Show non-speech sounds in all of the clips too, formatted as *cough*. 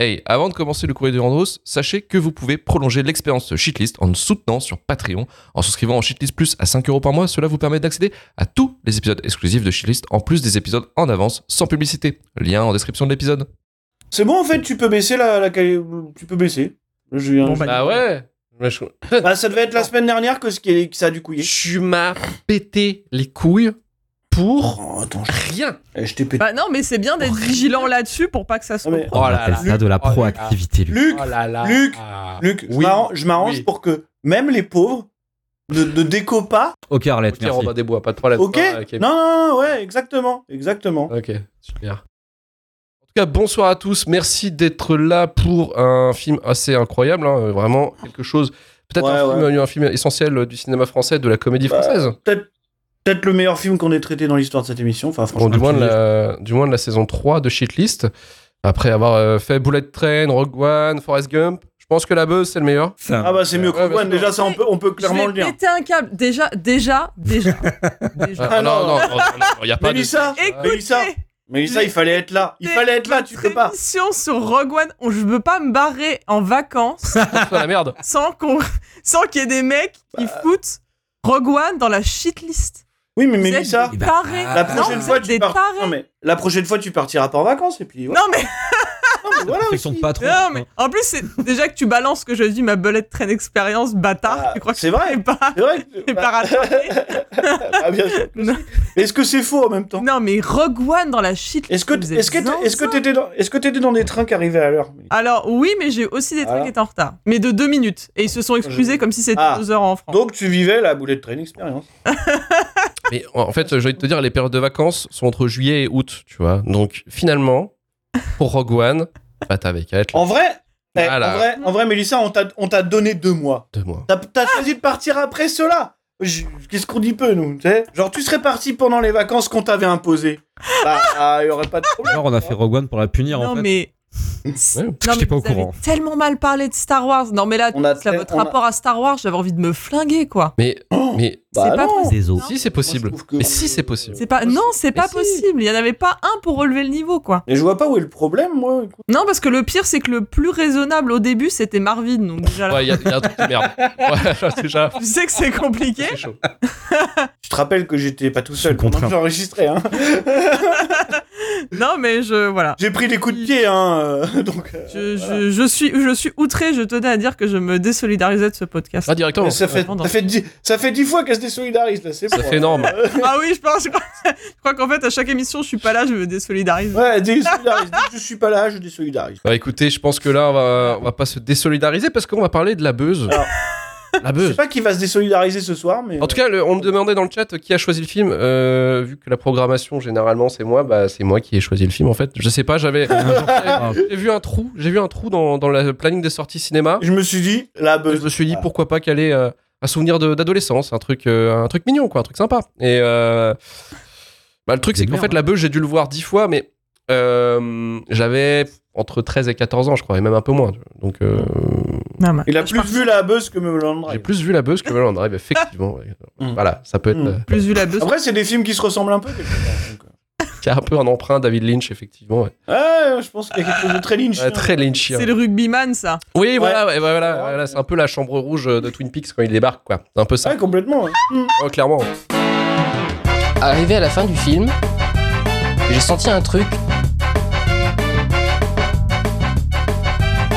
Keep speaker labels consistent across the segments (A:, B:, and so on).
A: Hey, avant de commencer le courrier de Randros, sachez que vous pouvez prolonger l'expérience shitlist en nous soutenant sur Patreon. En souscrivant en shitlist plus à 5 euros par mois, cela vous permet d'accéder à tous les épisodes exclusifs de shitlist en plus des épisodes en avance sans publicité. Lien en description de l'épisode.
B: C'est bon en fait, tu peux baisser la, la quali- tu peux baisser. Je-
C: Bon,
B: je-
C: bah,
A: Ah ouais Mais je-
B: Bah, ça devait être la semaine dernière que, ce qui est- que ça a dû couiller.
A: Tu m'as pété les couilles pour
B: Oh, attends,
A: rien.
B: je, Eh, je t'ai pété.
C: Bah non, mais c'est bien d'être vigilant là-dessus pour pas que ça se
B: Non, mais-
C: reproduise.
D: On
A: Oh là
D: appelle
A: là.
D: ça de la
A: Oh là là.
D: proactivité, lui.
B: Luc,
A: Oh là là.
B: Luc,
A: Ah.
B: Luc, je
A: Oui.
B: m'arrange- je m'arrange
A: Oui.
B: pour que même les pauvres ne, ne déco pas.
D: Ok, Arlette,
A: Ok,
D: merci.
A: Robin des Bois, pas de problème.
B: Ok,
A: Ah,
B: non, non, non, ouais, exactement, exactement.
A: Ok, super. En tout cas, bonsoir à tous. Merci d'être là pour un film assez incroyable. hein, Vraiment, quelque chose. Peut-être
B: Ouais,
A: un, film-
B: ouais.
A: un film essentiel euh, du cinéma français, de la comédie
B: Bah,
A: française.
B: Peut-être le meilleur film qu'on ait traité dans l'histoire de cette émission. Enfin,
A: Bon,
B: franchement,
A: du, moins de
B: c'est-
A: la, du moins de la saison 3 de Shitlist. Après avoir euh, fait Bullet Train, Rogue One, Forrest Gump, je pense que la buzz, c'est le meilleur.
B: Ah bah c'est mieux que
A: Ouais,
B: Rogue
A: bah,
B: One, déjà ça on peut, on peut clairement
C: Je
B: le
C: vais
B: dire.
C: péter un câble. Déjà, déjà,
B: *laughs*
C: déjà. déjà.
B: Ah non.
A: il n'y a pas de. Ah,
B: Mélissa,
C: Écoutez,
B: Mélissa, Mélissa, il fallait être là. Il fallait être là, tu peux pas.
C: Émission sur Rogue One, on- je veux pas me barrer en
B: *laughs*
C: vacances
A: Ah, la merde.
C: sans qu'on, sans qu'il y ait des mecs qui
B: Bah.
C: foutent Rogue One dans la shitlist.
B: Oui, mais
C: Vous êtes
B: Mélissa,
C: des tarés.
D: Ah,
B: la
C: non,
B: prochaine
C: vous
B: fois
C: êtes des
B: tu pars.
C: tarés.
B: Non, mais la prochaine fois tu partiras pas en vacances et puis voilà.
C: Non mais,
B: Non, mais voilà
D: Ils sont
B: aussi. *laughs*
D: pas trop.
C: non mais, en plus c'est déjà que tu balances ce que je dis ma bullet train expérience bâtard.
B: Ah,
C: tu crois que
B: c'est vrai.
C: je sais pas,
B: C'est vrai. que-
C: je sais pas rattraper
B: *laughs* Ah, bien sûr.
C: Non.
B: Mais Est-ce que c'est faux en même temps
C: Non mais Rogue One dans la shitlist.
B: Est-ce que
C: vous
B: est-ce que
C: êtes
B: t'es- est-ce que
C: zinzin. Ah,
B: t'étais dans est-ce que t'étais dans des trains qui arrivaient à l'heure
C: Alors oui, mais j'ai aussi des trucs
B: Voilà.
C: qui étaient en retard. Mais de deux minutes. Et ils se sont excusés
B: Je-
C: comme si c'était
B: Ah.
C: deux heures en France.
B: Donc tu vivais la boulette train expérience.
A: Mais en en fait, j'ai envie de te dire, les périodes de vacances sont entre juillet et août, tu vois. Donc finalement, pour Rogue One, bah, t'avais qu'à être là
B: En vrai, eh,
A: Voilà.
B: en vrai, en vrai, Mélissa, on t'a on t'a donné deux mois.
A: deux mois.
B: T'as t'as choisi de partir après cela. Je- Qu'est-ce qu'on dit peu nous tu sais Genre tu serais parti pendant les vacances qu'on t'avait imposées. Bah ah, il y aurait pas de problème.
D: Genre, on a fait Rogue One pour la punir,
C: non
D: en fait.
C: mais. non, mais
D: J'étais pas au
C: vous avez
D: courant.
C: tellement mal parlé de Star Wars. Non mais là,
B: On a
C: là,
B: tel-
C: votre
B: on a-
C: rapport à Star Wars, j'avais envie de me flinguer quoi.
A: Mais,
B: Oh,
A: mais
B: bah
C: c'est pas
B: non.
C: possible.
D: Désolé.
C: Non,
A: si c'est possible.
B: Moi, je trouve que-
A: Mais si c'est possible.
C: c'est pas...
B: Moi, je-
C: non, c'est pas
A: si.
C: possible. Il y en avait pas un pour relever le niveau quoi.
B: Mais je vois pas où est le problème moi. écoute.
C: Non parce que le pire c'est que le plus raisonnable au début c'était Marvin. Donc déjà là,
A: Ouais, il y, a- y a un truc de
B: *laughs*
A: merde. Ouais, *laughs* genre, déjà,
C: tu sais que c'est compliqué.
A: c'est chaud.
B: Je te rappelle que j'étais pas tout seul
D: Sous contrainte.
B: quand j'ai enregistré hein. *laughs*
C: non mais je voilà.
B: J'ai pris des coups de pied hein euh, donc euh,
C: Je,
B: voilà.
C: je, je suis je suis outré. Je tenais à dire que je me désolidarisais de ce podcast.
A: Ah, directement.
B: Mais ça, fait,
C: Attends,
B: ça, fait dix, ça fait dix fois qu'elle se désolidarise, là, c'est
A: Ça
B: bon. hein.
A: fait énorme.
C: Ah oui, je pense. Je crois, je crois qu'en fait, à chaque émission, je suis pas là, je me désolidariser.
B: Ouais, elle désolidarise. Dès que je suis pas là, je désolidarise.
A: Bah écoutez, je pense que là, on va, on va pas se désolidariser parce qu'on va parler de la buzz.
B: Alors.
A: La
B: Je sais
A: buzz.
B: pas qui va se désolidariser ce soir, mais.
A: En tout cas, le- on me demandait dans le chat qui a choisi le film. Euh, vu que la programmation, généralement, c'est moi, bah c'est moi qui ai choisi le film en fait. Je sais pas, j'avais.
D: Ah,
A: J'ai vu un trou, j'ai vu un trou dans, dans le planning des sorties cinéma.
B: je me suis dit, la
A: Je
B: buzz. Ah.
A: me suis dit pourquoi pas caler euh, un souvenir de- d'adolescence, un truc, euh, un truc mignon, quoi, un truc sympa. Et euh, bah, le truc,
D: Des
A: c'est qu'en
D: merdes.
A: fait, la beuh, j'ai dû le voir dix fois, mais euh, j'avais entre 13 et 14 ans, je crois, et même un peu moins. tu vois. Donc, euh,
B: Il a
A: Ah,
B: plus vu la buzz que Mulholland
A: j'ai
B: Drive.
A: plus vu la buzz que Melon Drive, effectivement. ouais.
B: Mm.
A: Voilà, ça peut être.
B: Mm.
A: euh,
C: plus vu la buzz.
B: Après, c'est des films qui se ressemblent un peu. quelque part, donc,
A: qui a un peu un emprunt David Lynch, effectivement. ouais. *laughs*
B: euh. Ouais, je pense qu'il y a quelque chose de très hein. Lynch.
A: Ouais, très Lynchien.
C: C'est le rugbyman, ça.
A: Oui, voilà, ouais,
B: Ouais.
A: voilà, voilà, c'est un peu la chambre rouge euh, de Twin Peaks quand il débarque, quoi. C'est un peu ça,
B: Ouais, complètement. ouais. Hmm.
A: Ouais, clairement.
E: Arrivé à la fin du film, j'ai senti un truc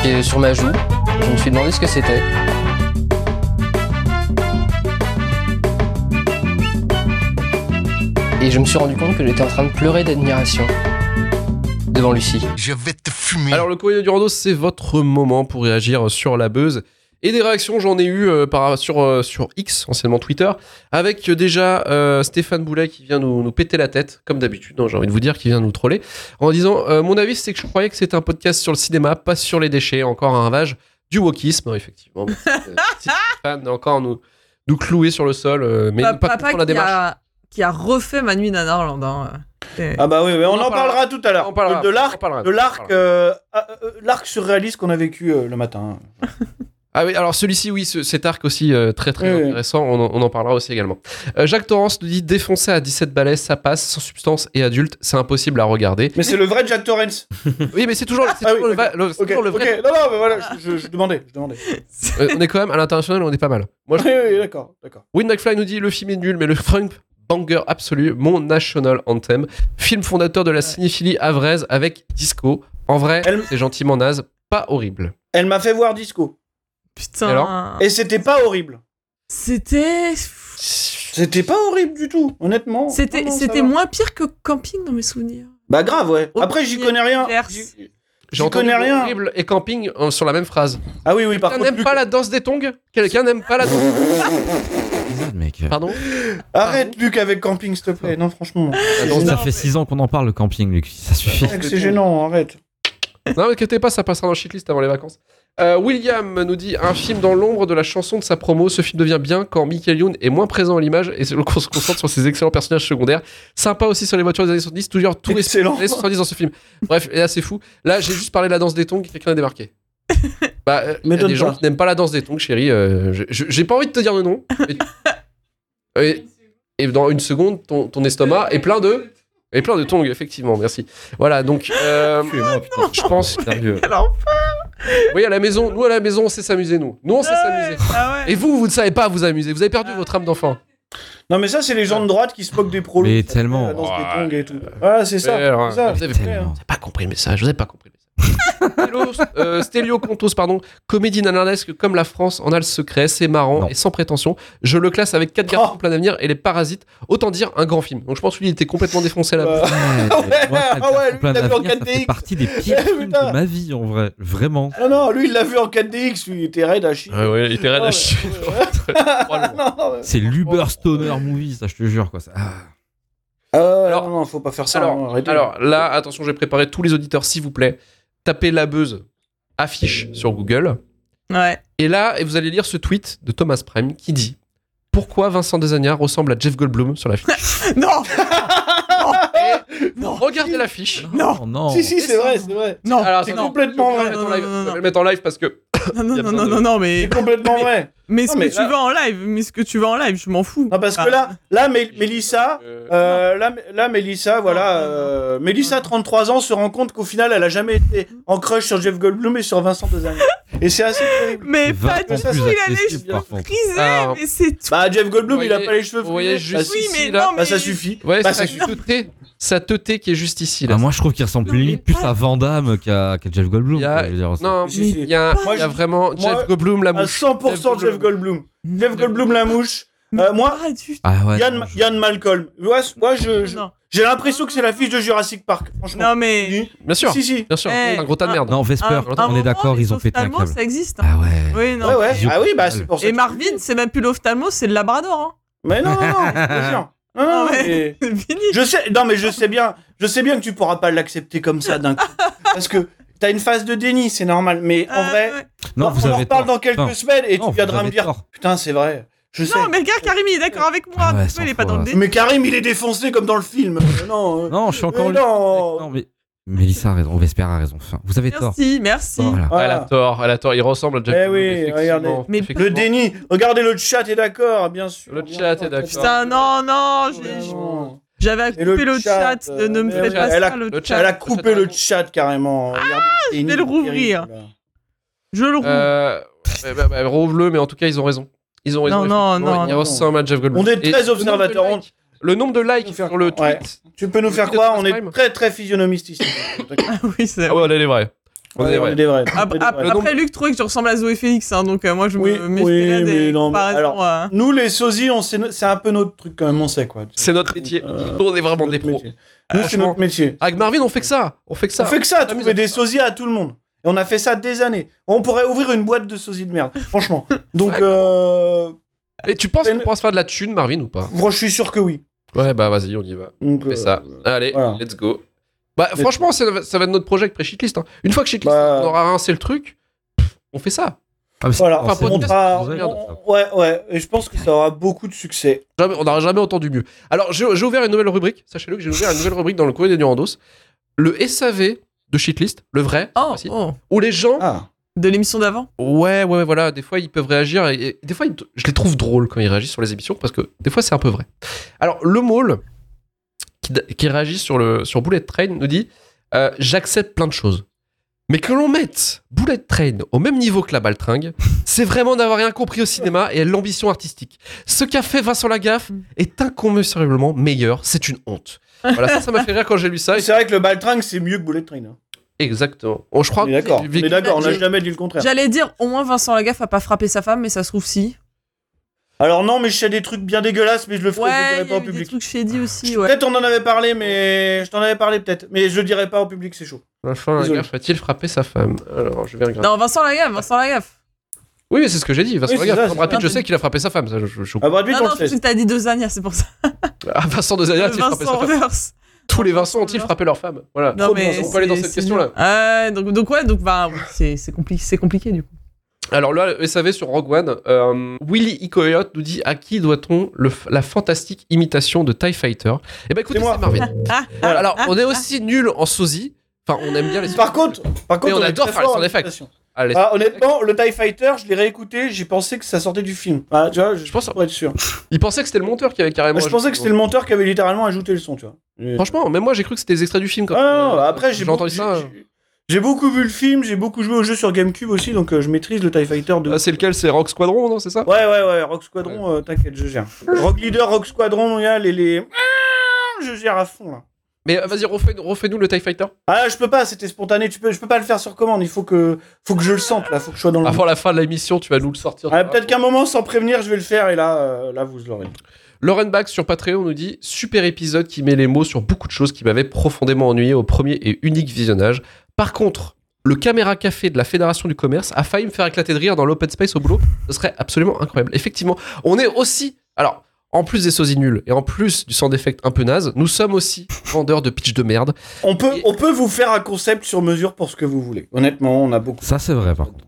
E: qui est sur ma joue. Je me suis demandé ce que c'était. Et je me suis rendu compte que j'étais en train de pleurer d'admiration devant Lucie.
F: Je vais te fumer.
A: Alors, le courrier du rando, c'est votre moment pour réagir sur la buzz. Et des réactions, j'en ai eu euh, par, sur, euh, sur X, anciennement Twitter, avec euh, déjà euh, Stéphane Boulet qui vient nous, nous péter la tête, comme d'habitude, donc j'ai envie de vous dire, qui vient nous troller, en disant euh, Mon avis, c'est que je croyais que c'était un podcast sur le cinéma, pas sur les déchets, encore un ravage du wokisme, effectivement. Bon, *laughs* c'est, euh, c'est Stéphane, encore nous, nous clouer sur le sol, euh, mais
C: Pa-
A: pas
C: papa
A: comprendre la
C: qui
A: démarche.
C: a, qui a refait ma nuit Nanaland. Hein. C'est-
B: Ah bah oui, mais on, en parlera, tout à
A: On
B: l'heure.
A: en parlera,
B: De
A: on
B: de
A: en
B: l'arc,
A: parlera,
B: de
A: on en
B: l'arc,
A: parlera.
B: euh, ah, euh, l'arc surréaliste qu'on a vécu euh, le matin.
A: Ah oui, alors celui-ci, oui, ce- cet arc aussi euh, très très
B: Oui, oui.
A: intéressant, on en, on en parlera aussi également. Euh, Jacques Torrance nous dit défoncer à 17 balais, ça passe, sans substance et adulte, c'est impossible à regarder.
B: Mais c'est le vrai Jack Torrance.
A: Oui, mais c'est toujours, c'est
B: Ah oui,
A: toujours le, va- le- c'est
B: Ok,
A: toujours le vrai.
B: ok. Non, non, mais voilà, je, je- je demandais, je
A: *laughs*
B: demandais.
A: Euh, on est quand même à l'international, on est pas mal. Moi,
B: *laughs* Oui, oui, d'accord, d'accord.
A: Win McFly nous dit le film est nul, mais le Trump banger absolu, mon national anthem, film fondateur de la cinéphilie havraise avec disco. En vrai,
B: Elle-
A: c'est gentiment naze, pas horrible.
B: Elle m'a fait voir Disco.
A: Et
C: Putain.
B: Et c'était pas horrible.
C: C'était.
B: C'était pas horrible du tout, honnêtement. Non,
C: C'était
B: non, ça
C: c'était
B: va.
C: moins pire que camping dans mes souvenirs.
B: Bah grave, ouais.
C: Au
B: Après, j'y connais rien.
C: Vers-
B: J'y-
A: J'ai
B: J'y
A: entendu
B: connais
A: le mot
B: rien.
A: horrible et camping euh, sur la même phrase.
B: Ah oui, oui, par
A: Quelqu'un
B: contre.
A: n'aime pas la danse des tongs Quelqu'un n'aime pas la danse
D: Bizarre, mec.
A: *laughs* Pardon
B: Arrête, Luc, avec camping, s'il te plaît. Non,
C: *laughs*
B: franchement.
A: La danse
D: Ça
C: Non,
A: des-
C: mais-
D: fait 6 ans qu'on en parle, le camping, Luc. Ça suffit.
B: C'est c'est gênant, arrête.
A: Non, mais inquiétez pas, ça passera dans le shitlist avant les vacances. Euh, William nous dit un film dans l'ombre de la chanson de sa promo. Ce film devient bien quand Michael Youn est moins présent à l'image et qu'on se concentre sur ses excellents personnages secondaires. Sympa aussi sur les voitures des années 70, toujours tout respect
B: Excellent.
A: des années 70 dans ce film. Bref, et là c'est fou. Là, j'ai juste parlé de la danse des tongs, quelqu'un est
B: *laughs*
A: débarqué. Bah, euh, il y a
B: M'étonne
A: des gens
B: pas.
A: qui n'aiment pas la danse des tongs, chérie. euh, je- je- j'ai pas envie de te dire le nom. mais-
B: *laughs*
A: et, et dans une seconde, ton, ton estomac est plein de. est plein de tongs, effectivement, merci. Voilà, donc. euh,
D: Tuez-moi, putain.
A: je pense.
D: Sérieux.
C: Alors,
A: Oui, à la maison, nous à la maison, on sait s'amuser, nous. Nous, on sait s'amuser.
C: Ah ouais.
A: Et vous, vous ne savez pas vous amuser. Vous avez perdu votre âme d'enfant.
B: Non, mais ça, c'est les gens de droite qui se moquent des prolos.
D: Mais
B: Ça,
D: tellement.
B: La danse
A: Ouais.
B: des tongs et tout. Voilà, c'est ça.
A: Ouais, alors,
B: c'est ça.
A: vous avez-
B: C'est
D: Tellement.
A: Vous n'avez pas compris le message, *laughs* vous n'avez pas compris le message. Stélo- euh, Stélio Contos, pardon, comédie nanardesque comme la France en a le secret, c'est marrant
D: Non.
A: et sans prétention. Je le classe avec 4 garçons en plein avenir et les parasites, autant dire un grand film. Donc je pense que lui il était complètement défoncé là.
B: Euh,
D: Ouais, moi,
B: Ah ouais,
D: Quatre garçons
B: lui,
D: plein
B: il l'a vu en
D: d'avenir, ça
B: 4DX.
D: fait partie des pires films
B: Putain.
D: de ma vie, en vrai. Vraiment.
B: Non, non, lui, il l'a vu en 4DX, lui, il était raide à *laughs* chier.
A: ouais, il était raide
B: Ah,
A: à chier.
B: ouais.
A: Trois jours.
B: Non, non, mais-
D: C'est l'Uber Stoner Movie, ça, je te jure, quoi. Ça- ah.
B: Ah ouais,
A: Alors-
B: non, non, faut pas faire ça. non,
A: alors,
B: arrêtez.
A: alors là, attention, j'ai préparé tous les auditeurs, s'il vous plaît. Tapez la buzz affiche sur Google.
C: Ouais.
A: Et là, et vous allez lire ce tweet de Thomas Prime qui dit Pourquoi Vincent Desagnard ressemble à Jeff Goldblum sur l'affiche
C: Non *laughs* Non
A: Regardez l'affiche.
C: Non
D: Oh, non.
B: Si, si, c'est
C: ça-
B: vrai, c'est vrai.
C: Non
A: Alors,
B: Ah, C'est
A: attendez,
B: complètement euh,
A: je vais
B: vrai.
A: le mettre en live.
C: Non, non, non,
A: Je
C: non.
A: vais le mettre en live parce que. Il y
C: Non,
A: a
C: non,
A: besoin
C: non,
A: de-
C: non, non,
B: C'est
C: mais.
B: complètement
C: Mais-
B: vrai.
C: Mais ce
B: Non, mais
C: que
B: là-
C: tu veux en live, mais ce que tu veux en live, je m'en fous.
A: Ah bah,
B: Non, parce que là, là, Mé- Mélissa,
A: Euh,
B: euh, là, là, Mélissa, voilà,
C: non, non.
B: euh, Mélissa, 33 ans, se rend compte qu'au final, elle a jamais été en crush sur Jeff Goldblum et sur Vincent Desagneux. Et c'est assez terrible.
C: Mais
D: Vingt
C: pas
D: ans
C: du tout,
D: plus
C: il a les
D: accessible,
C: cheveux
D: par contre.
C: frisés,
A: Alors-
C: mais c'est tout.
B: Bah, Jeff Goldblum,
A: Vous
B: il a
A: voyez-
B: pas les cheveux
A: vous voyez
B: frisés.
A: juste
B: bah,
C: oui,
A: ici,
C: mais
A: là.
C: non, mais.
B: bah, ça suffit.
A: Ouais,
B: Bah,
A: sa
B: c'est-
A: teuté, sa teuté qui est juste ici. Là.
D: Ah, moi, je trouve qu'il ressemble plus, limite plus à Van Damme qu'à qu'à Jeff Goldblum.
A: Il y a-
D: quoi, je veux dire, c'est-
A: non,
B: Mais
A: il y a,
B: Moi,
A: il y a
B: je-
A: vraiment
B: moi,
A: Jeff Goldblum, la
B: À
A: mouche.
B: 100% Jeff Goldblum. Jeff Goldblum, la mouche. Euh, moi,
C: Pas du tout.
D: Ah ouais.
B: Yann,
D: non, je-
B: Yann Malcolm. Moi, je- moi, je- je-
C: euh, Non.
B: j'ai l'impression que c'est l'affiche de Jurassic Park, franchement.
C: Non, mais.
B: Si,
A: Bien sûr,
B: si, Ah. si.
A: bien sûr.
C: Eh,
A: un gros tas de
C: un-
A: merde.
D: Non, Vesper,
C: Un- un
D: on est
C: moment,
D: d'accord,
C: les
D: ils ont pété un
C: ophtalmos,
D: câble.
C: Ça existe. hein.
D: Ah ouais.
C: Oui,
B: Ouais,
C: non.
B: ouais.
D: Bisous.
B: Ah oui, bah, c'est pour ça.
C: Et
B: que-
C: Marvin, c'est même plus l'ophtalmo, c'est le labrador. hein.
B: Mais non, non, non, bien sûr. Non,
C: Ah
B: non,
C: ouais.
B: mais-
C: C'est *laughs* fini.
B: Je sais, non, mais je sais bien, je sais bien que tu pourras pas l'accepter comme ça d'un coup. Parce que t'as une phase de déni, c'est normal. Mais en
C: Ah,
B: vrai,
C: ouais.
D: Non,
B: on
D: vous
B: en
D: avez
B: reparle
D: tort.
B: dans quelques
D: Putain.
B: semaines et
D: Non,
B: tu viendras
D: vous
B: me
D: avez
B: dire,
D: tort.
B: putain, c'est vrai. Je sais.
C: Non, mais regarde, Karim, il est d'accord avec moi.
D: Ah ouais,
C: Pourquoi il est
D: sans
C: pas
D: foi.
C: dans le
B: Mais...
C: délire
B: Karim, il est défoncé comme dans le film. Euh, Non. euh,
D: Non, je suis
B: mais
D: encore.
B: non.
D: Non, mais. Mélissa a raison, Vesper a raison. Enfin, vous avez tort.
C: Merci, merci.
D: Voilà.
A: Elle a
B: Voilà.
A: tort, elle a tort. Il ressemble à Jeff
B: Ah. Eh
A: Goldblum.
B: oui,
A: effectivement,
B: regardez.
C: Mais
A: effectivement.
B: Le déni. Regardez le chat est d'accord, bien sûr.
A: Le
B: bien
A: chat
B: sûr,
A: est d'accord.
C: Putain, non, Oh, non,
B: bien
C: j'ai-
B: sûr.
C: j'avais à
B: Et le
C: couper le
B: chat,
C: chat, de ne me
B: euh,
C: faites pas
B: elle a-
C: ça, le
A: le
B: Elle
C: chat.
B: a coupé le chat carrément. Ah, je
C: vais le rouvrir. Je le roule.
A: Euh, ouais, bah, bah, rouvre-le, mais en tout cas, ils ont raison. Ils ont raison.
C: Non, non,
A: effectivement,
C: non,
A: Il
B: non.
A: ressemble à Jeff Goldblum.
B: On est
A: Et
B: très
A: le nombre de
B: observateurs, on-
A: likes- Le nombre de likes sur le tweet.
B: Ouais. Tu peux nous
A: Le
B: faire
A: tweet de
B: croire On
A: Thomas
B: est
A: Prime.
B: très très physionomiste ici. T'inquiète.
C: Ah oui, c'est
A: Ah ouais, là, elle est vraie. On est
B: Ouais,
A: vrai.
B: on est des vrais.
C: Ap-
B: On est des
C: ap-
B: vrais.
A: nombre-
C: Après, Luc trouvait que tu ressembles à Zoé Félix, hein, donc euh, moi je
B: Oui,
C: me méfie
B: oui,
C: là des
B: mais non, mais
C: comparaisons,
B: alors-
C: hein.
B: Nous, les sosies, on sait- c'est un peu notre truc quand même, on sait quoi.
A: C'est notre métier. Nous, on est vraiment des pros. Euh,
B: métier. Nous, Euh, c'est
A: Franchement.
B: notre métier.
A: Avec Marvin, on fait que ça. On fait que ça.
B: On fait que ça,
A: T'amuses
B: trouver
A: à
B: des
A: faire ça.
B: sosies à tout le monde. Et on a fait ça des années. On pourrait ouvrir une boîte de sosies de merde,
A: *laughs*
B: franchement. Donc, euh,
A: Et tu penses
B: C'est
A: qu'on
B: une-
A: pourra se faire de la thune, Marvin, ou pas
B: moi, je suis sûr que oui.
A: Ouais, bah vas-y, on y va.
B: Donc,
A: On fait
B: euh,
A: ça. Allez,
B: voilà.
A: let's go. Bah,
B: Let's
A: franchement, ça va, ça va être notre projet pré-shitlist. hein. Une fois que shitlist,
B: Bah.
A: on aura rincé le truc, pff, on fait ça.
D: Ah, mais c'est-
B: Voilà,
D: alors, c'est
A: Enfin,
B: on
D: bon,
A: podcast,
B: fera-
D: vous avez raison, ça.
B: on- ouais, ouais, et je pense que ça aura beaucoup de succès.
A: Jamais- on n'aura jamais entendu mieux. Alors, j'ai j'ai ouvert une nouvelle rubrique. Sachez-le que j'ai ouvert une nouvelle rubrique dans le courrier des Nurandos. Le SAV de shitlist, le vrai,
C: Oh,
A: cette fois-ci,
C: oh.
A: où les gens
B: Ah,
C: de l'émission d'avant.
A: Ouais, ouais, ouais, voilà. Des fois, ils peuvent réagir. Et, et des fois, ils- je les trouve drôles quand ils réagissent sur les émissions parce que des fois, c'est un peu vrai. Alors, le môle qui, qui réagit sur, le, sur Bullet Train nous dit euh, J'accepte plein de choses. Mais que l'on mette Bullet Train au même niveau que la baltringue, c'est vraiment n'avoir rien compris au cinéma et à l'ambition artistique. Ce qu'a fait Vincent Lagaffe est incommensurablement meilleur. C'est une honte. Voilà, ça, ça m'a fait rire quand j'ai
B: *laughs*
A: lu ça. Et-
B: C'est vrai que le Baltringue, c'est mieux que Bullet Train. hein.
A: Exactement. Oh, je crois
B: On est d'accord.
A: que-
B: On est d'accord, on n'a
C: J'ai-
B: jamais dit le contraire.
C: J'allais dire, au moins Vincent Lagaffe a pas frappé sa femme, mais ça se trouve si.
B: Alors non, mais je sais des trucs bien dégueulasses, mais je le ferai, je
C: Ouais,
B: le dirai
C: il y
B: pas
C: a
B: en
C: eu des
B: public. Ah,
C: trucs shady aussi, ouais.
B: Peut-être on en avait parlé, mais je t'en avais parlé peut-être, mais je le dirai pas en public, c'est chaud.
A: Enfin,
B: Désolé.
A: Lagaffe a-t-il frappé sa femme Alors, je vais regarder.
C: Non, Vincent Lagaffe, Vincent
B: Ah.
C: Lagaffe.
A: Oui, mais c'est ce que j'ai dit. Vincent
B: Oui, c'est
A: Lagaffe,
B: ça,
A: Tom
B: c'est
A: Rapide,
C: ça.
A: je sais qu'il a frappé sa femme. Ça, je, je, je-
B: À Bradley,
C: Ah
B: on
C: non,
B: le
C: parce
B: sait.
C: que t'as dit deux années, c'est pour ça.
A: Ah, *laughs* Vincent de Zania a-t-il frappé
C: Vincent
A: sa femme
C: Reverse.
A: Tous les Vincent ont-ils frappé leur femme Voilà.
C: Non,
B: Trop
C: mais
B: bien, on
A: peut aller dans cette
C: c'est
A: question-là.
C: nul. Ouais, donc, donc ouais, donc bah, oui, c'est c'est compli c'est compliqué du coup.
A: Alors là, le SAV sur Rogue One, euh, Willy E. Coyote nous dit à qui doit-on le f- la fantastique imitation de TIE Fighter Eh ben écoutez,
B: C'est moi.
A: c'est
B: *laughs*
A: Marvin.
C: Ah,
A: Voilà. Alors,
C: ah,
A: on est aussi nul en sosie. Enfin, on aime bien les
B: Par contre, par
A: Mais
B: contre,
A: on adore
B: très
A: faire
B: fort
A: le sound
B: en
A: effect.
B: imitation.
A: Ah, les-
B: Ah, honnêtement, le TIE Fighter, je l'ai réécouté, j'ai pensé que ça sortait du film. Ah, tu vois, je,
A: Je pense-
B: pour être sûr.
A: Il pensait que c'était le monteur qui avait carrément.
B: Ah, je pensais que c'était le monteur qui avait littéralement ajouté le son, tu vois. Et-
A: Franchement, même moi j'ai cru que c'était des extraits du film. Quand
B: Ah, non,
A: euh,
B: bah, après, j'ai beaucoup,
A: entendu ça. euh.
B: j'ai- j'ai beaucoup vu le film, j'ai beaucoup joué au jeu sur GameCube aussi, donc euh, je maîtrise le TIE Fighter de.
A: Ah, c'est lequel C'est Rock Squadron, non C'est ça
B: Ouais, ouais, ouais, Rock Squadron, euh, t'inquiète, je gère. Rock Leader, Rock Squadron, mon gars, les. les... Ah, Je gère à fond, là.
A: Mais euh, vas-y, refais- refais-nous le TIE Fighter.
B: Ah, je peux pas, c'était spontané, tu peux, je peux pas le faire sur commande, il faut que, faut que je le sente, là, faut que je sois dans le.
A: Avant la fin de l'émission, tu vas nous le sortir.
B: Ouais, Peut-être qu'à un moment, sans prévenir, je vais le faire, et là, euh, là vous l'aurez.
A: Lauren Bach sur Patreon nous dit Super épisode qui met les mots sur beaucoup de choses qui m'avaient profondément ennuyé au premier et unique visionnage. Par contre, le caméra café de la Fédération du commerce a failli me faire éclater de rire dans l'open space au boulot. Ce serait absolument incroyable. Effectivement, on est aussi. Alors. En plus des sosies nuls et en plus du sans effect un peu naze, nous sommes aussi vendeurs de pitch de merde.
B: On peut,
A: Et-
B: on peut vous faire un concept sur mesure pour ce que vous voulez. Honnêtement, on a beaucoup.
D: Ça, c'est vrai, par contre.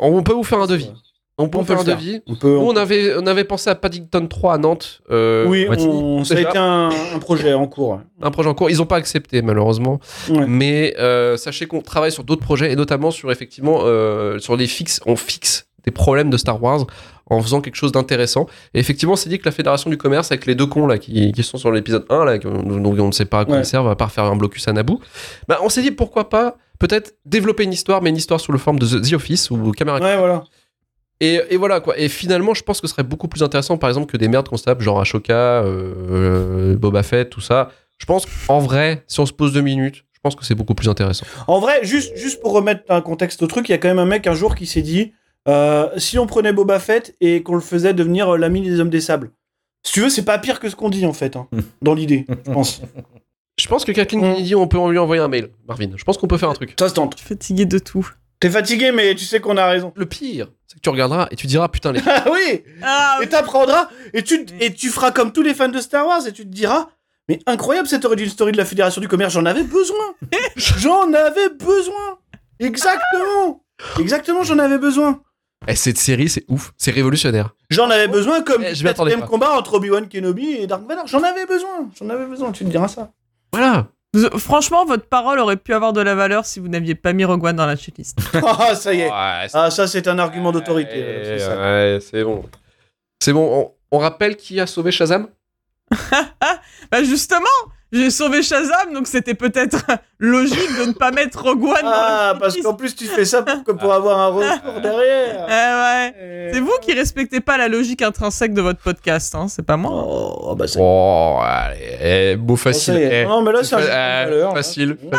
A: On peut vous faire un devis. On peut
B: On
A: vous
B: peut
A: faire un
B: le faire.
A: devis.
B: On peut.
A: Nous,
B: on
A: on
B: peut-
A: avait, on avait pensé à Paddington 3 à Nantes. euh,
B: Oui,
D: Voici.
B: on- ça a
A: Déjà.
B: été un, un projet en cours. ouais.
A: un projet en cours. Ils n'ont pas accepté, malheureusement.
B: Ouais.
A: Mais euh, sachez qu'on travaille sur d'autres projets et notamment sur effectivement euh, sur les fixes. On fixe des problèmes de Star Wars en faisant quelque chose d'intéressant. Et effectivement, c'est dit que la Fédération du Commerce, avec les deux cons là qui, qui sont sur l'épisode 1, là, qu'on- dont on ne sait pas à quoi
B: Ouais.
A: ils servent, à part faire un blocus à Naboo, bah, on s'est dit pourquoi pas peut-être développer une histoire, mais une histoire sous le forme de The The Office ou Caméra
B: Ouais, voilà.
A: et, et voilà quoi. Et finalement, je pense que ce serait beaucoup plus intéressant, par exemple, que des merdes qu'on se tape, genre Ashoka, euh, euh, Boba Fett, tout ça. Je pense qu'en vrai, si on se pose deux minutes, je pense que c'est beaucoup plus intéressant.
B: En vrai, juste, juste pour remettre un contexte au truc, il y a quand même un mec un jour qui s'est dit euh, si on prenait Boba Fett et qu'on le faisait devenir euh, l'ami des hommes des sables. Si tu veux, c'est pas pire que ce qu'on dit en
A: *laughs*
B: fait, hein, dans l'idée, je pense.
A: Je pense que Kathleen
B: Mm.
A: Kennedy, on peut lui envoyer un mail, Marvin. Je pense qu'on peut faire un truc.
B: Ça se tente.
C: Je suis fatigué de tout.
B: T'es fatigué, mais tu sais qu'on a raison.
A: Le pire, c'est que tu regarderas et tu diras putain les. *laughs*
B: Ah oui
C: Ah,
B: Et t'apprendras et tu, et tu feras comme tous les fans de Star Wars et tu te diras Mais incroyable cette origin story de la Fédération du Commerce, j'en avais besoin
A: *laughs*
B: J'en avais besoin Exactement Exactement, j'en avais besoin
A: Eh, cette série, c'est ouf, c'est révolutionnaire.
B: J'en avais besoin comme
A: Eh,
B: le
A: je m'y attendais pas.
B: combat entre Obi-Wan Kenobi et Dark Vador. J'en avais besoin J'en avais besoin, tu te
A: *laughs*
B: diras ça.
A: Voilà.
C: vous- Franchement, votre parole aurait pu avoir de la valeur si vous n'aviez pas mis Rogue One dans
A: *laughs*
C: la checklist.
B: Ah, ça y est
A: Ouais, c'est-
B: Ah, ça, c'est un argument d'autorité.
A: Eh, Ouais,
B: c'est ça.
A: ouais, c'est bon. C'est bon. On, on rappelle qui a sauvé Shazam
C: bah justement, j'ai sauvé Shazam, donc c'était peut-être *laughs* logique de ne pas mettre Rogue One dans la
B: Ah, parce
C: checklist.
B: qu'en plus, tu fais ça pour, que- pour avoir un retour
C: Eh
B: derrière.
C: ouais.
B: Et-
C: C'est vous qui respectez pas la logique intrinsèque de votre podcast, hein, c'est pas moi.
B: Oh, bah, ça
A: Oh, allez, eh, mot
B: Ça
A: facile.
B: y est.
A: eh.
B: Non, mais là, c'est un jeu de
A: Euh,
B: valeur, hein. là.
A: facile, facile.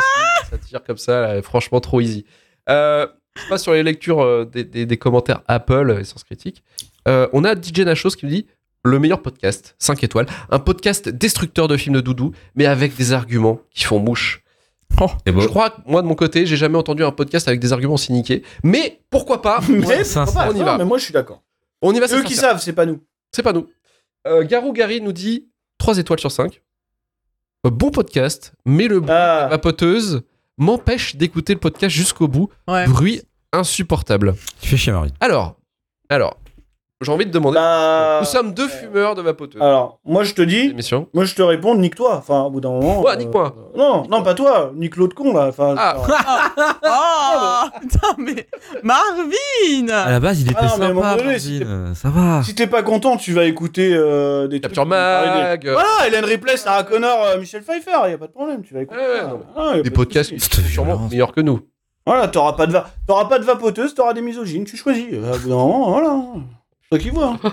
A: ça tire comme ça, là, franchement trop easy. Euh, je passe sur les lectures euh, des, des- des commentaires Apple et Sens Critique. Euh, on a DJ Nachos qui nous dit le meilleur podcast, 5 étoiles, un podcast destructeur de films de doudou, mais avec des arguments qui font mouche.
D: C'est beau.
A: Je crois que moi de mon côté, j'ai jamais entendu un podcast avec des arguments aussi niqués, mais pourquoi pas
B: *laughs* *laughs* Mais
D: ça,
B: pourquoi
A: ça,
B: pas
A: on y
B: Non,
A: va.
B: Mais moi, je suis d'accord.
A: On y va,
B: Eux
A: c'est
B: qui
A: sincère.
B: savent, c'est pas nous.
A: C'est pas nous. Euh, Garou Gary nous dit 3 étoiles sur 5. Bon podcast, mais le bruit de la
B: Ah,
A: vapoteuse m'empêche d'écouter le podcast jusqu'au bout.
C: Ouais.
A: Bruit insupportable.
D: Tu fais chier, Marvin.
A: Alors, alors, J'ai envie de demander.
B: Bah,
A: Nous sommes deux fumeurs de vapoteuse.
B: Alors, moi je te dis,
A: Émission.
B: moi je te réponds, nique-toi. Enfin, au bout d'un moment. euh,
A: Ouais, nique-moi.
B: Non, non, pas toi. Nique l'autre con là. Enfin,
A: Ah.
B: genre-
C: Oh *laughs* Putain, mais
D: À
C: Marvin
D: la base, il était
B: Ah, mais à un moment
D: sympa,
B: donné, si
D: Marvin. euh, Ça va.
B: Si t'es pas content, tu vas écouter euh, des
A: Capture
B: trucs qui vont parler
A: Mag. euh,
B: des- Voilà, Hélène Ripley, Sarah Connor, euh, Michel Pfeiffer, y a pas de problème, tu vas écouter.
A: Ouais, ouais,
B: ça.
A: non, mais-
B: Ah, y a
A: Des
B: pas de
A: podcasts qui
B: souci.
A: sont sûrement
D: Violence.
A: meilleurs que nous.
B: Voilà, t'auras pas de va... t'auras pas de vapoteuse, t'auras des misogynes, tu choisis. Euh, Au bout d'un moment, voilà. C'est Toi qui
C: *laughs*
B: vois. hein.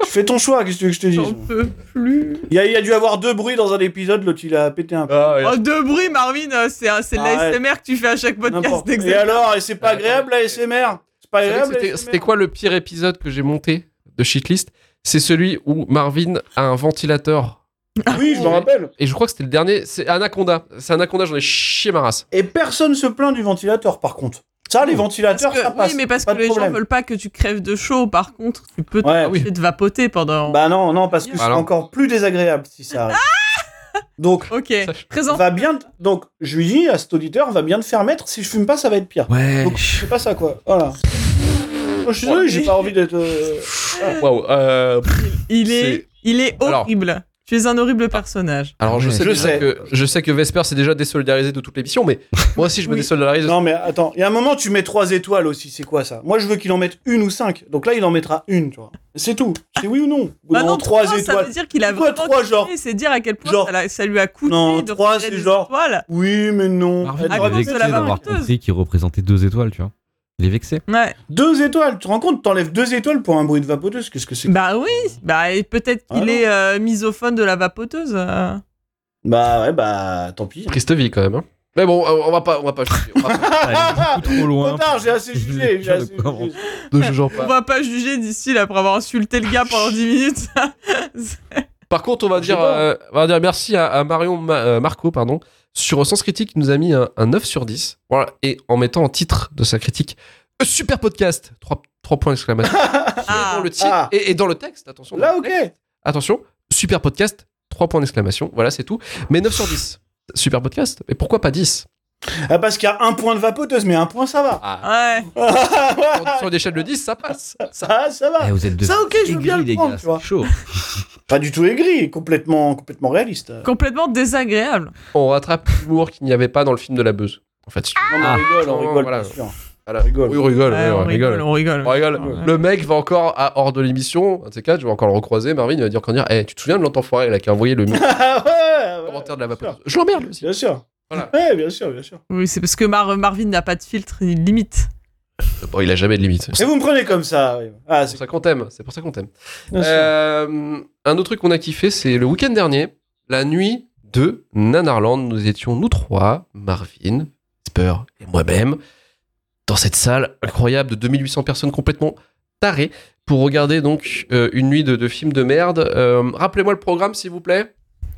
B: tu fais ton choix, qu'est-ce que tu veux que je te
C: J'en
B: dise
C: peux plus.
B: Il y, a- y a dû avoir deux bruits dans un épisode, l'autre il a pété un peu.
A: Ah, ouais.
C: Oh, deux bruits, Marvin, euh, c'est euh, c'est de
B: Arrête.
C: l'ASMR que tu fais à chaque podcast.
B: N'importe.
C: d'exemple.
B: Et alors, et c'est pas
A: Ouais,
B: agréable la SMR
A: Vous savez
B: C'est pas
A: que
B: agréable
A: c'était-
B: la
A: C'était
B: ASMR?
A: quoi le pire épisode que j'ai monté de Shitlist C'est celui où Marvin a un ventilateur.
B: Oui, je me rappelle.
A: Et je crois que c'était le dernier. C'est Anaconda. C'est Anaconda, j'en ai chié ma race.
B: Et personne se plaint du ventilateur par contre. Ça, les ventilateurs,
C: Parce que-
B: ça passe.
C: oui, mais parce que
B: pas de
C: les gens
B: problème.
C: veulent pas que tu crèves de chaud. Par contre, tu peux
B: Ouais. Ah
C: t'empêcher de vapoter pendant.
B: Bah non, non, parce que
A: Bah
B: c'est
A: non.
B: encore plus désagréable si ça arrive.
C: Ah
B: Donc,
C: ok.
A: Ça, je-
C: Présent.
B: va bien. te- Donc, je lui dis à cet auditeur, va bien te faire mettre. Si je fume pas, ça va être pire.
D: Ouais.
B: Donc, c'est pas ça quoi. Voilà. Moi, Oh, je suis désolé, j'ai pas envie d'être. euh,
A: Waouh. euh,
C: Il est,
A: C'est-
C: il est
A: Alors-
C: horrible. Tu es un horrible personnage.
A: Alors je
D: Ouais.
A: sais,
B: Ah Je
A: déjà
B: sais.
A: que je sais que Vesper s'est déjà désolidarisé de toute l'émission, mais
B: *laughs*
A: moi aussi je me
C: Oui.
A: désolidarise.
B: Non, mais attends, il y a un moment, tu mets trois étoiles aussi, c'est quoi ça Moi, je veux qu'il en mette une ou cinq. Donc là, il en mettra une, tu vois. C'est tout. C'est oui ou non Ou
C: Bah non,
B: trois
C: trois, ça
B: étoiles.
C: veut dire qu'il a
B: Pourquoi
C: vraiment
B: trois,
C: kiffé,
B: genre
C: C'est dire à quel point
B: Genre-
C: ça, l'a- ça lui a coûté.
B: Non,
C: de
B: trois,
C: retirer
B: c'est
C: des
B: genre-
C: étoiles.
B: Oui, mais non.
D: Marvin,
B: Elle
C: Ah,
D: il
B: t'aurait
D: est
C: cause
B: pas-
C: de la
D: vexé d'avoir
C: vapoteuse.
D: compris qu'il représentait deux étoiles, tu vois. Il est vexé.
C: Ouais.
B: Deux étoiles, tu te rends compte T'enlèves deux étoiles pour un bruit de vapoteuse, qu'est-ce que c'est
C: Bah oui. Bah et peut-être
B: Ah
C: qu'il
B: non.
C: est euh, misophone de la vapoteuse. euh.
B: Bah ouais, bah tant pis.
A: Triste vie quand même. hein. Mais bon, euh, on va pas, on va pas. juger, on
B: *laughs*
A: va pas-
D: Ah, il est beaucoup trop loin.
B: Trop tard, j'ai assez
D: Je
B: jugé.
D: le
B: j'ai assez
D: comprends.
B: jugé.
A: ne jugeons
C: On
A: pas.
C: va pas juger d'ici là pour avoir insulté le gars pendant 10 minutes. *laughs*
A: Par contre, on va
B: Je
A: dire,
B: sais pas.
A: euh, on va dire merci à, à Marion Ma- euh, Marco, pardon, sur Sens Critique, qui nous a mis un, un 9 sur 10. Voilà, et en mettant en titre de sa critique, euh, super podcast, 3, points d'exclamation.
C: Ah.
A: dans le titre
B: Ah.
A: et, et dans le texte, attention. dans
B: Là,
A: le
B: ok.
A: texte. Attention, super podcast, 3 points d'exclamation. Voilà, c'est tout. Mais 9 sur 10. Super podcast, mais pourquoi pas
B: *laughs*
A: 10
B: Ah, parce qu'il y a un point de vapoteuse, mais un point, ça va.
A: Ah,
C: Ouais.
A: sur, sur une échelle de 10, ça
B: *laughs*
A: passe. Ça-
B: Ça, ça va.
D: Eh, vous êtes deux.
B: Ça, ok, je veux
D: aigris,
B: bien le
D: les
B: prendre,
D: gars,
B: tu vois.
D: c'est chaud.
B: Pas du tout aigri, complètement, complètement réaliste. Non,
C: Complètement désagréable.
A: on rattrape l'humour qu'il n'y avait pas dans le film de la Buzz. En fait, si tu-
B: mais
D: Ah.
B: on rigole, on
A: Oh,
B: rigole,
A: voilà.
B: bien sûr.
A: Voilà.
B: On rigole.
A: Oui, on rigole.
C: Ouais,
A: oui,
C: on rigole, on rigole.
A: On rigole. Le mec va encore à hors de l'émission, un de ces quatre, je vais encore le recroiser. Marvin, il va dire qu'on dire Eh, tu te souviens de l'enfoiré là qui a envoyé
B: *laughs*
A: le
B: *laughs* Ah ouais, ouais,
A: commentaire de la
B: bien sûr.
A: vapoteuse Je l'emmerde aussi.
B: Bien sûr.
A: Voilà.
B: Ouais, bien sûr, bien sûr.
C: Oui, c'est parce que Mar- Marvin n'a pas de filtre ni de limite. *laughs*
A: Bon, il a jamais de limite.
B: Et
A: C'est
B: vous me prenez comme ça. oui. Ah,
A: pour
B: c'est
A: ça qu'on t'aime. C'est pour ça qu'on t'aime.
B: bien sûr.
A: Euh, un autre truc qu'on a kiffé, c'est le week-end dernier, la nuit de Nanarland. Nous étions nous trois, Marvin, Spur et moi-même, dans cette salle incroyable de 2800 personnes complètement tarées pour regarder donc euh, une nuit de, de films de merde. Euh, Rappelez-moi le programme, s'il vous plaît.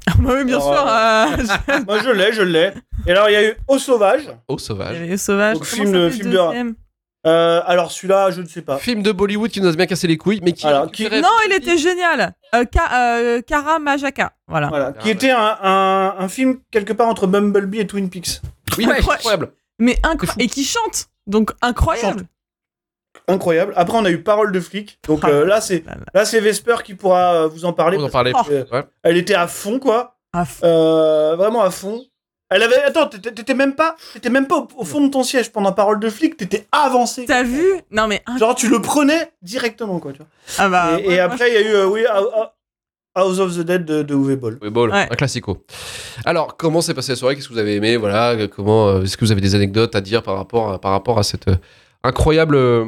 C: Ah, bah oui, bien
B: Oh. *laughs*
C: sûr. euh,
B: Moi, je l'ai, je l'ai. Et alors, il y a eu Au Sauvage.
A: Au
C: Il y
A: sauvage.
C: avait les sauvages.
B: Donc,
C: Comment
B: film-
C: ça s'appelle,
B: film
C: le
B: de-
C: deuxième
B: Euh, alors, celui-là, je ne sais pas.
A: Film de Bollywood qui nous a bien cassé les couilles, mais qui.
B: Ah. Alors, qui-
A: récupérait-
C: Non, il était génial. Euh, Ka- euh, Kara Majaka. Voilà.
B: Voilà,
A: Ah,
B: qui
A: ouais.
B: était un, un, un film quelque part entre Bumblebee et Twin Peaks.
A: Oui,
C: Ouais.
A: incroyable.
C: Mais incro-
A: C'est fou.
C: Et qui chante. Donc incroyable.
B: Incroyable. Après, on a eu Parole de flic. Donc
C: Ah.
B: euh, là, c'est
C: Là, là.
B: là, c'est Vesper qui pourra euh, vous en parler.
A: On en
B: parce
A: parlait.
B: que, euh,
A: Ouais.
B: Elle était à fond, quoi.
C: Ah, f-
B: Euh, vraiment à fond. Elle avait. Attends, t'étais t'étais même pas, t'étais même pas au, au fond de ton siège pendant Parole de flic. T'étais avancé.
C: T'as vu Non mais inc-
B: Genre, tu le prenais directement, quoi. Tu vois.
C: ah bah,
B: et, et
C: ouais, moi,
B: après, il y a eu euh, oui, Hou- Hou- House of the Dead de, de Uwe Boll.
A: Oui, Ball,
C: Ouais.
A: un classico. Alors, comment s'est passée la soirée Qu'est-ce que vous avez aimé Voilà, euh, comment euh, est-ce que vous avez des anecdotes à dire par rapport à, par rapport à cette euh, incroyable euh,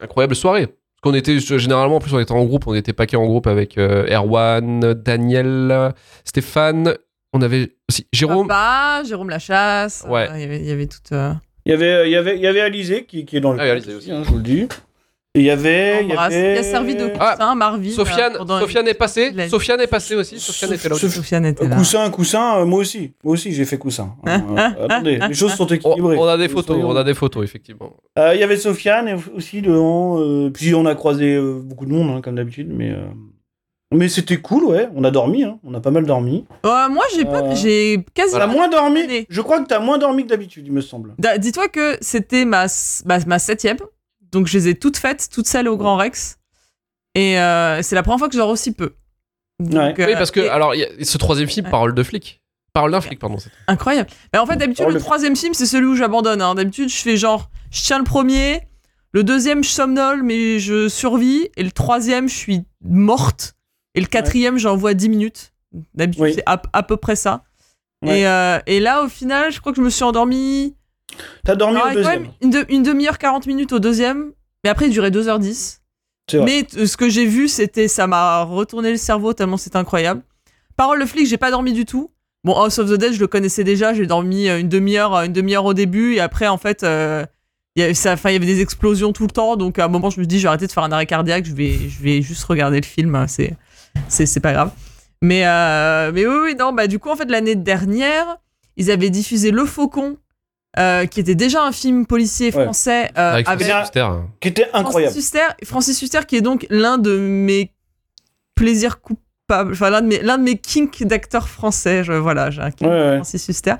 A: incroyable soirée Parce qu'on était euh, généralement en plus on était en groupe, on était paquet en groupe avec euh, Erwan, Daniel, Stéphane, on avait aussi
C: je-
A: Jérôme.
C: Papa, Jérôme Lachasse.
A: Ouais.
C: euh, Il y avait, il y avait toute. euh,
B: Il y avait, euh, il y avait, il y avait Alizé qui, qui est dans le.
A: Ah, oui, Alizé aussi.
B: hein, je vous le dis. Et Eh, il y avait.
C: embrasse. Il
B: avait- euh,
C: a servi de
A: Ah,
C: coussin, Marvin.
A: Sofiane,
C: euh, pendant-
A: Sofiane est passée.
C: la-
A: Sofiane est passée aussi. Sofiane était là. aussi.
C: Sofiane était
B: Euh,
C: là.
B: Coussin, coussin, euh, moi aussi. Moi aussi, j'ai fait
C: *laughs*
B: coussin. Euh, euh, attendez, les choses sont
A: On,
B: équilibrées.
A: on a des photos,
B: Soyons-
A: on a des photos effectivement.
B: Euh, Il y avait Sofiane et aussi devant. euh, puis on a croisé euh, beaucoup de monde, hein, comme d'habitude, mais. euh, Mais c'était cool, ouais. On a dormi, hein. on a pas mal dormi.
C: Euh, moi j'ai
B: Euh,
C: pas, j'ai quasi.
B: T'as moins dormi
C: Allez.
B: Je crois que t'as moins dormi que d'habitude, il me semble.
C: Da- Dis-toi que c'était ma, s- ma ma septième, donc je les ai toutes faites, toutes celles au Grand Rex. Et euh, c'est la première fois que je dors aussi peu. Donc,
A: Oui,
C: euh,
A: parce que
C: et-
A: alors, il y a ce troisième film
C: Ouais. Euh,
A: parle de flic. Parle d'un flic, pardon. c'est-
C: Incroyable. Mais en fait, d'habitude,
B: Oh,
C: le
B: le-
C: troisième film, c'est celui où j'abandonne. hein. D'habitude, je fais genre, je tiens le premier, le deuxième, je somnole, mais je survis, et le troisième, je suis morte, et le quatrième, j'envoie 10 minutes. D'habitude,
B: Oui.
C: c'est à, à peu près ça.
B: Ouais.
C: Et, euh, et là, au final, je crois que je me suis endormie.
B: T'as dormi
C: Alors,
B: au
C: Ah, quand
B: deuxième.
C: même une, de- une demi-heure, 40 minutes au deuxième, mais après, il durait 2h10.
B: C'est vrai.
C: Mais t- ce que j'ai vu, c'était ça m'a retourné le cerveau tellement c'est incroyable. Parole le flic, j'ai pas dormi du tout. Bon, House of the Dead, je le connaissais déjà. J'ai dormi euh, une demi-heure, euh, une demi-heure au début et après en fait, euh, il y a- ça- enfin, il y avait des explosions tout le temps. Donc à un moment, je me dis, je vais arrêter de faire un arrêt cardiaque. Je vais, je vais juste regarder le film. hein, C'est, c'est, c'est pas grave. Mais, euh, mais oui, oui, non. Bah du coup, en fait, l'année dernière, ils avaient diffusé Le Faucon, euh, qui était déjà un film policier
B: Ouais.
C: français euh,
A: Avec
C: avec
A: Francis Huster, hein.
B: Qui était incroyable.
C: Francis Huster, Francis Huster qui est donc l'un de mes plaisirs coupables, enfin l'un de mes, l'un de mes kinks d'acteurs français. Je, voilà, j'ai un kink
B: Ouais, ouais.
C: de Francis Huster.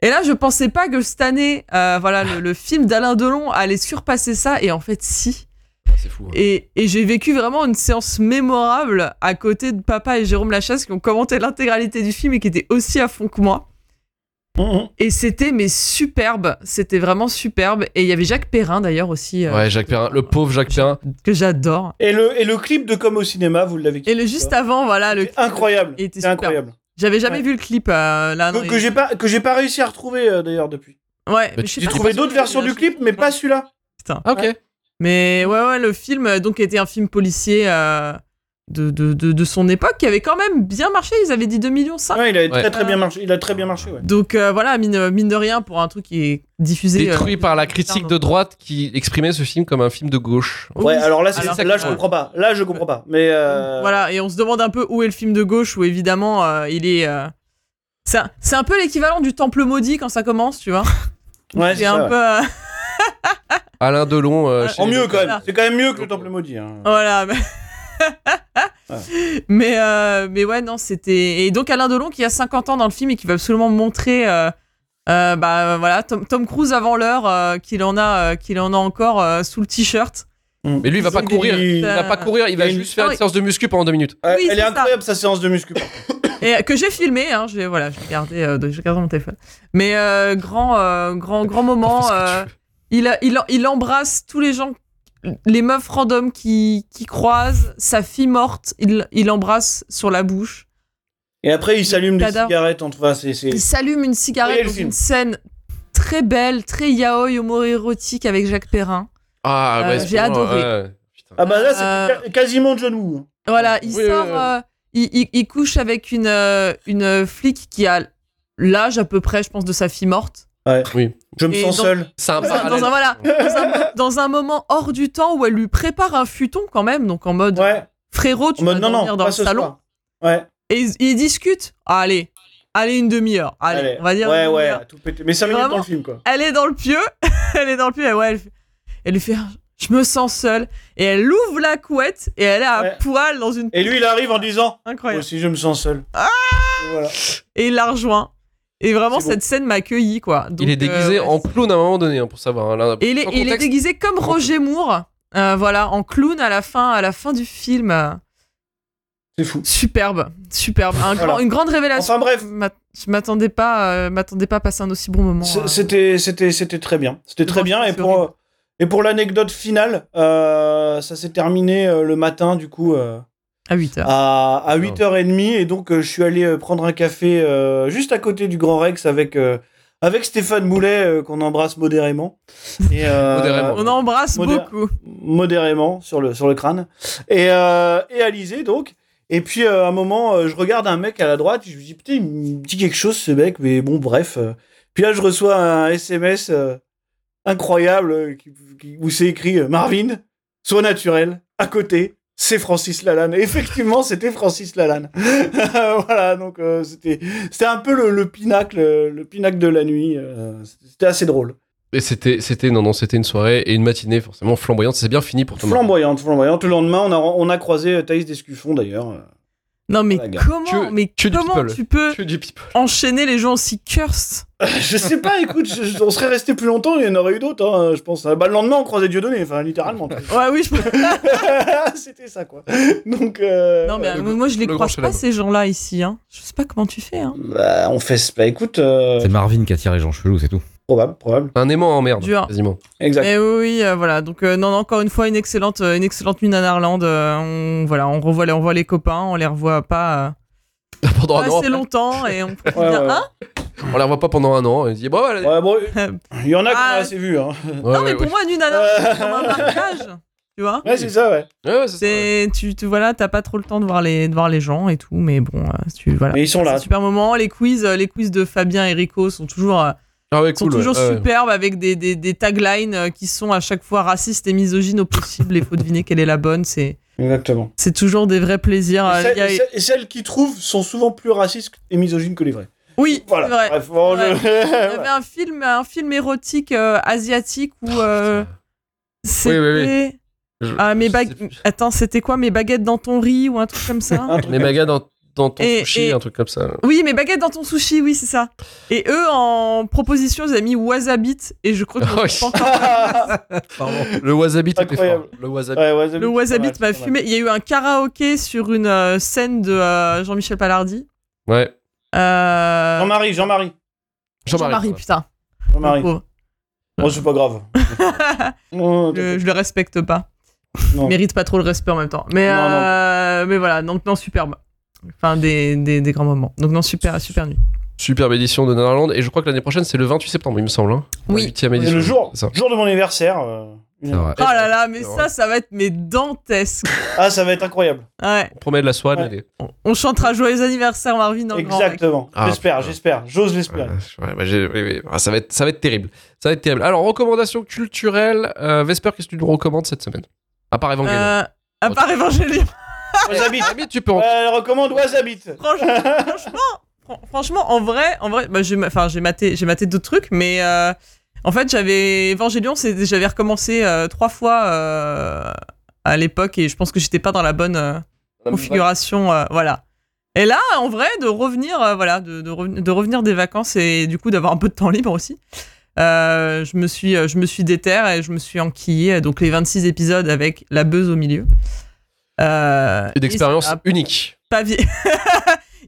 C: Et là, je pensais pas que cette année, euh, voilà, le, le film d'Alain Delon allait surpasser ça, et en fait, si.
A: Ah, C'est fou. hein.
C: Et, et j'ai vécu vraiment une séance mémorable à côté de Papa et Jérôme Lachasse qui ont commenté l'intégralité du film et qui étaient aussi à fond que moi.
B: Mhm.
C: Et c'était mais superbe, c'était vraiment superbe. Et il y avait Jacques Perrin d'ailleurs aussi, euh,
A: Ouais, Jacques Perrin, le pauvre Jacques Perrin.
C: que j'adore.
B: Et le, et le clip de Comme au cinéma, vous l'avez
C: Et le juste avant, voilà, le
B: C'est incroyable.
C: il était
B: C'est
C: super.
B: incroyable.
C: J'avais
B: Ah,
C: jamais
B: Ouais.
C: vu le clip euh, là. non,
B: Que,
C: il-
B: que j'ai pas, que j'ai pas réussi à retrouver euh, d'ailleurs depuis.
C: Ouais,
A: Bah,
C: mais je
A: tu-
C: sais
A: tu
C: pas
A: trouves-
B: Trouver
C: si-
B: d'autres versions du clip, mais pas celui-là.
A: Ah, ok.
C: Mais ouais, ouais, le film euh, donc était un film policier euh, de, de, de, de son époque qui avait quand même bien marché. Ils avaient dit 2 millions ça.
B: Ouais, il a
A: Ouais.
B: très très bien marché. Il a très bien marché. Ouais.
C: Donc euh, voilà, mine, mine de rien pour un truc qui est diffusé.
A: Détruit
C: euh,
A: par la critique de
C: donc-
A: droite qui exprimait ce film comme un film de gauche.
C: Oui,
B: Ouais, alors là, c'est-
C: alors-
B: là, je comprends pas. Là, je comprends pas. Mais euh,
C: Voilà, et on se demande un peu où est le film de gauche, où évidemment euh, il est. euh, C'est un, c'est un peu l'équivalent du Temple maudit quand ça commence, tu vois.
B: ouais,
C: C'est
B: c'est
C: un
B: ça, ouais.
C: peu. euh,
A: Alain Delon. euh, chez
B: En
A: les
B: mieux
A: Locals.
B: quand même.
C: Voilà.
B: C'est quand même mieux que le Temple maudit. hein.
C: voilà. *laughs* mais-
B: Ouais.
C: Mais, euh, mais ouais, non, c'était. Et donc Alain Delon qui a 50 ans dans le film et qui va absolument montrer. euh, euh, bah voilà, Tom, Tom Cruise avant l'heure euh, qu'il en a, euh, qu'il en a encore euh, sous le t-shirt.
A: Mais lui, il va
C: Ils
A: pas
C: ont
A: courir.
B: des-
A: Il va pas courir. Il va
B: Il y a une-
A: juste faire
C: Ah
A: une
C: oui.
A: séance de muscu pendant deux minutes.
B: Euh,
C: Oui,
B: elle
C: c'est
B: est
C: ça.
B: incroyable sa séance de muscu.
C: et que j'ai filmé hein, je vais voilà je vais garder euh, de- je vais garder mon téléphone mais euh, grand euh, grand grand moment euh, il, a- il en- il embrasse tous les gens les meufs random qui, qui croisent sa fille morte il, il embrasse sur la bouche
B: Et après, il s'allume des
C: Dada.
B: cigarettes entre. Enfin, c'est c'est-
C: il s'allume une cigarette
B: Voyez le
C: dans
B: film.
C: une scène très belle très yaoi homo érotique avec Jacques Perrin
A: Ah
C: Euh,
A: ouais. c'est
C: j'ai
A: vraiment,
C: adoré.
A: ouais. Putain.
B: Ah bah là, c'est
C: Euh,
B: ca- quasiment John Woo. hein.
C: Voilà, il
A: Oui,
C: sort,
A: oui, oui.
C: euh, il, il- il couche avec une, euh, une flic qui a l'âge à peu près, je pense, de sa
B: *laughs*
C: fille morte.
B: Je me
C: Et
B: sens
C: dans-
B: seul.
A: C'est un
C: Dans un,
A: parallèle.
C: dans un- voilà, dans, un, dans un moment hors du temps où elle lui prépare un futon quand même, donc en mode
B: Ouais.
C: frérot,
B: En
C: tu vas
B: mode non,
C: dormir
B: non,
C: dans
B: pas
C: le
B: ce
C: salon.
B: soir. Ouais.
C: Et ils, ils discutent. Ah, allez, allez une demi-heure. Allez,
B: Allez.
C: on va dire.
B: Ouais,
C: une
B: ouais.
C: demi-heure.
B: Tout pété. Mais 5 minutes
C: Vraiment.
B: dans le film, quoi.
C: Elle est dans le pieu. *laughs* elle est dans le pieu. Et ouais, elle, fait- elle lui fait. Je me sens seule. Et elle ouvre la couette et elle est à
B: Ouais.
C: poil dans une.
B: Et lui, il arrive en disant Moi
C: Incroyable.
B: aussi, je me sens seul.
C: Ah
B: Et voilà.
C: et il la rejoint. Et vraiment,
B: C'est beau.
C: cette scène m'a accueilli, quoi. Donc,
A: Il est déguisé
C: euh, ouais.
A: en clown à un moment donné, hein, pour savoir. hein, là,
C: Et il est,
A: sans
C: et il est
A: contexte.
C: déguisé comme Roger Moore, euh, voilà, en clown à la fin, à la fin du film. euh,
B: C'est fou.
C: Superbe, superbe. Un
B: Voilà.
C: grand- une grande révélation.
B: Enfin, bref.
C: Je m'a- Je m'attendais pas, euh, m'attendais pas à passer un aussi bon moment.
B: C'est-
C: euh.
B: C'était, c'était, c'était très bien. C'était très
C: Non,
B: bien.
C: c'est
B: Et pour,
C: horrible.
B: euh, et pour l'anecdote finale, euh, ça s'est terminé euh, le matin, du coup, euh,
C: À 8 heures.
B: à, à 8h30. Et donc, euh, je suis allé euh, prendre un café euh, juste à côté du Grand Rex avec, euh, avec Stéphane Moulet, euh, qu'on embrasse modérément. Et, euh,
A: Modérément.
C: On embrasse
B: Modéra-
C: beaucoup.
B: modérément sur le, sur le crâne. Et, euh, et Alizé, donc. Et puis, euh, à un moment, euh, je regarde un mec à la droite, je me dis, putain, il me dit quelque chose, ce mec, mais bon, bref. euh. Puis là, je reçois un SMS euh, incroyable euh, qui- qui- où c'est écrit euh, Marvin, sois naturel, à côté, c'est Francis Lalanne. Et effectivement, c'était Francis Lalanne. *laughs* voilà, donc euh, c'était c'était un peu le, le pinacle, euh, le pinacle de la nuit. euh, c'était assez drôle.
A: Et c'était, c'était, non, non, c'était une soirée et une matinée forcément flamboyante. C'est bien fini pour Thomas.
B: Flamboyante, flamboyante. Le lendemain, on a, on a croisé Thaïs Descuffon euh, d'ailleurs.
C: Non, mais
B: Ah, gars.
C: comment,
A: Tue-
C: mais
A: tue du
C: comment
A: people.
C: tu peux
A: Tue du people.
C: enchaîner les gens aussi cursed
B: *laughs* je sais pas, écoute, je- je- on serait resté plus longtemps, il y en aurait eu d'autres, hein, je pense. Bah, le lendemain, on croisait Dieudonné, enfin, littéralement. tu
C: Ouais, oui, je
B: vois. *laughs* C'était ça, quoi. Donc, euh,
C: Non, mais
A: le
C: euh,
A: gros-
C: moi, je les
A: le
C: croise
A: grand
C: pas,
A: chelem.
C: ces gens-là, ici. Hein. Je sais pas comment tu fais. Hein.
B: bah, on fait. Bah, écoute, euh,
D: C'est Marvin qui a tiré les gens chelous, c'est tout.
B: probable, probable.
A: Un aimant en merde,
C: Dur.
A: quasiment. *laughs*
B: Exact.
C: Mais oui, oui, euh, voilà. Donc, euh, non, non, encore une fois, une excellente, euh, une excellente nuit Nanarland. Euh, on, voilà, on revoit, les- on voit les copains, on les revoit pas euh,
A: Pendant
C: pas
A: un an,
C: assez longtemps
B: *laughs*
C: et on peut
B: Oh, Ouais,
C: dire
B: ouais.
C: hein.
A: on la revoit pas pendant un an. Et on se dit, bah, bon, voilà.
B: Ouais, bon,
C: *laughs*
B: il y en a qu'on
C: euh, Ah.
B: a assez vu, hein.
C: Non, mais pour moi, une nuit Nanarland,
B: *laughs*
C: c'est comme un marquage, tu vois.
B: Ouais, c'est ça, ouais.
A: Ouais, ouais, c'est ça.
C: C'est, tu, tu voilà, t'as pas trop le temps de voir les, de voir les gens et tout, mais bon, euh, tu voilà.
B: Mais ils sont
C: C'est
B: là.
C: un super moment. Les quiz, euh, les quiz de Fabien et Rico sont toujours, euh,
A: Ah ouais,
C: sont
A: cool,
C: toujours
A: ouais, ouais.
C: superbes avec des, des, des taglines euh, qui sont à chaque fois racistes et misogynes au possible. Il faut deviner quelle est la bonne. C'est,
B: Exactement.
C: c'est toujours des vrais plaisirs.
B: Et
C: Euh,
B: celles-
C: il y a-
B: et celles- et celles qui trouvent sont souvent plus racistes et misogynes que les vrais.
C: Oui,
B: Voilà.
C: c'est vrai.
B: Bref, bon, *laughs*
C: Ouais.
B: je-
C: Il y avait un film, un film érotique euh, asiatique où
A: Oh,
C: euh, c'était.
A: Je-
C: Ah, mes
A: je
C: bag-
A: sais plus.
C: Attends, c'était quoi Mes baguettes dans ton riz ou un truc comme ça
B: *laughs* Un truc
A: Les
B: comme-
A: magas dans, dans ton
C: Et-
A: sushi,
C: et-
A: un truc comme ça.
C: Oui, mes baguettes dans ton sushi, oui, c'est ça. Et eux, en proposition, ils avaient mis wasabi et je crois que
A: Ah oui.
C: je pense-
A: Le wasabi, t'étais fort.
B: Incroyable.
A: Le wasabi.
B: Ouais, wasabi, c'est
C: le wasabi
B: pas mal,
C: m'a
B: c'est pas
C: fumé. Il y a eu un karaoké sur une euh, scène de euh, Jean-Michel Palardi.
A: Ouais.
C: Euh,
B: mal. Jean-Marie, Jean-Marie.
C: Jean-Marie, putain.
B: Jean-Marie.
C: le pauvre.
B: Oh, c'est
A: *laughs*
B: pas grave. Non, non,
C: Je,
B: t'inquiète.
C: je le respecte pas.
B: Non.
C: Mérite pas trop le respect en même temps. Mais,
B: Non, non.
C: euh, mais voilà, donc non, superbe. Enfin, des, des, des grands moments. Donc non, super, super nuit.
A: Superbe édition de Nanarland. Et je crois que l'année prochaine, c'est le 28 septembre, il me semble. hein.
C: Oui.
A: La huitième
B: C'est
A: édition.
B: le jour,
A: C'est ça.
B: jour de mon anniversaire. euh,
D: C'est vrai.
C: Oh là là, mais
A: Ouais.
C: ça, ça va être mes dantesques.
B: Ah, ça va être incroyable.
C: Ouais.
A: On promet de la soirée.
B: Ouais.
A: les-
C: On, on chantera joyeux anniversaire, Marvin, en grand. mec.
B: Exactement.
A: Ah,
B: j'espère,
A: putain.
B: j'espère. J'ose l'espérer.
A: Ouais, ouais, bah, j'ai- oui, oui. Ah, ça, va être, ça va être terrible. Ça va être terrible. Alors, recommandations culturelles. euh, Vesper, qu'est-ce que tu nous recommandes cette semaine À part Evangelion.
C: Euh, à part Evangelion.
B: Wasabi.
A: Ami, tu peux en-
B: Ouais, Elle recommande Wasabi.
C: Franch- franchement, fran- franchement, en vrai, en vrai, bah, j'ai, ma- enfin, j'ai maté, j'ai maté d'autres trucs, mais euh, en fait, j'avais Evangelion, c'est, j'avais recommencé euh, trois fois euh, à l'époque et je pense que j'étais pas dans la bonne euh, configuration, euh, voilà. Et là, en vrai, de revenir, euh, voilà, de, de, reven- de revenir des vacances et du coup d'avoir un peu de temps libre aussi. euh, je me suis, euh, je me suis déterre et je me suis enquillé donc les 26 épisodes avec la buzz au milieu. Euh,
A: Une
C: et
A: expérience
C: ça a
A: unique.
C: pas vi- *laughs*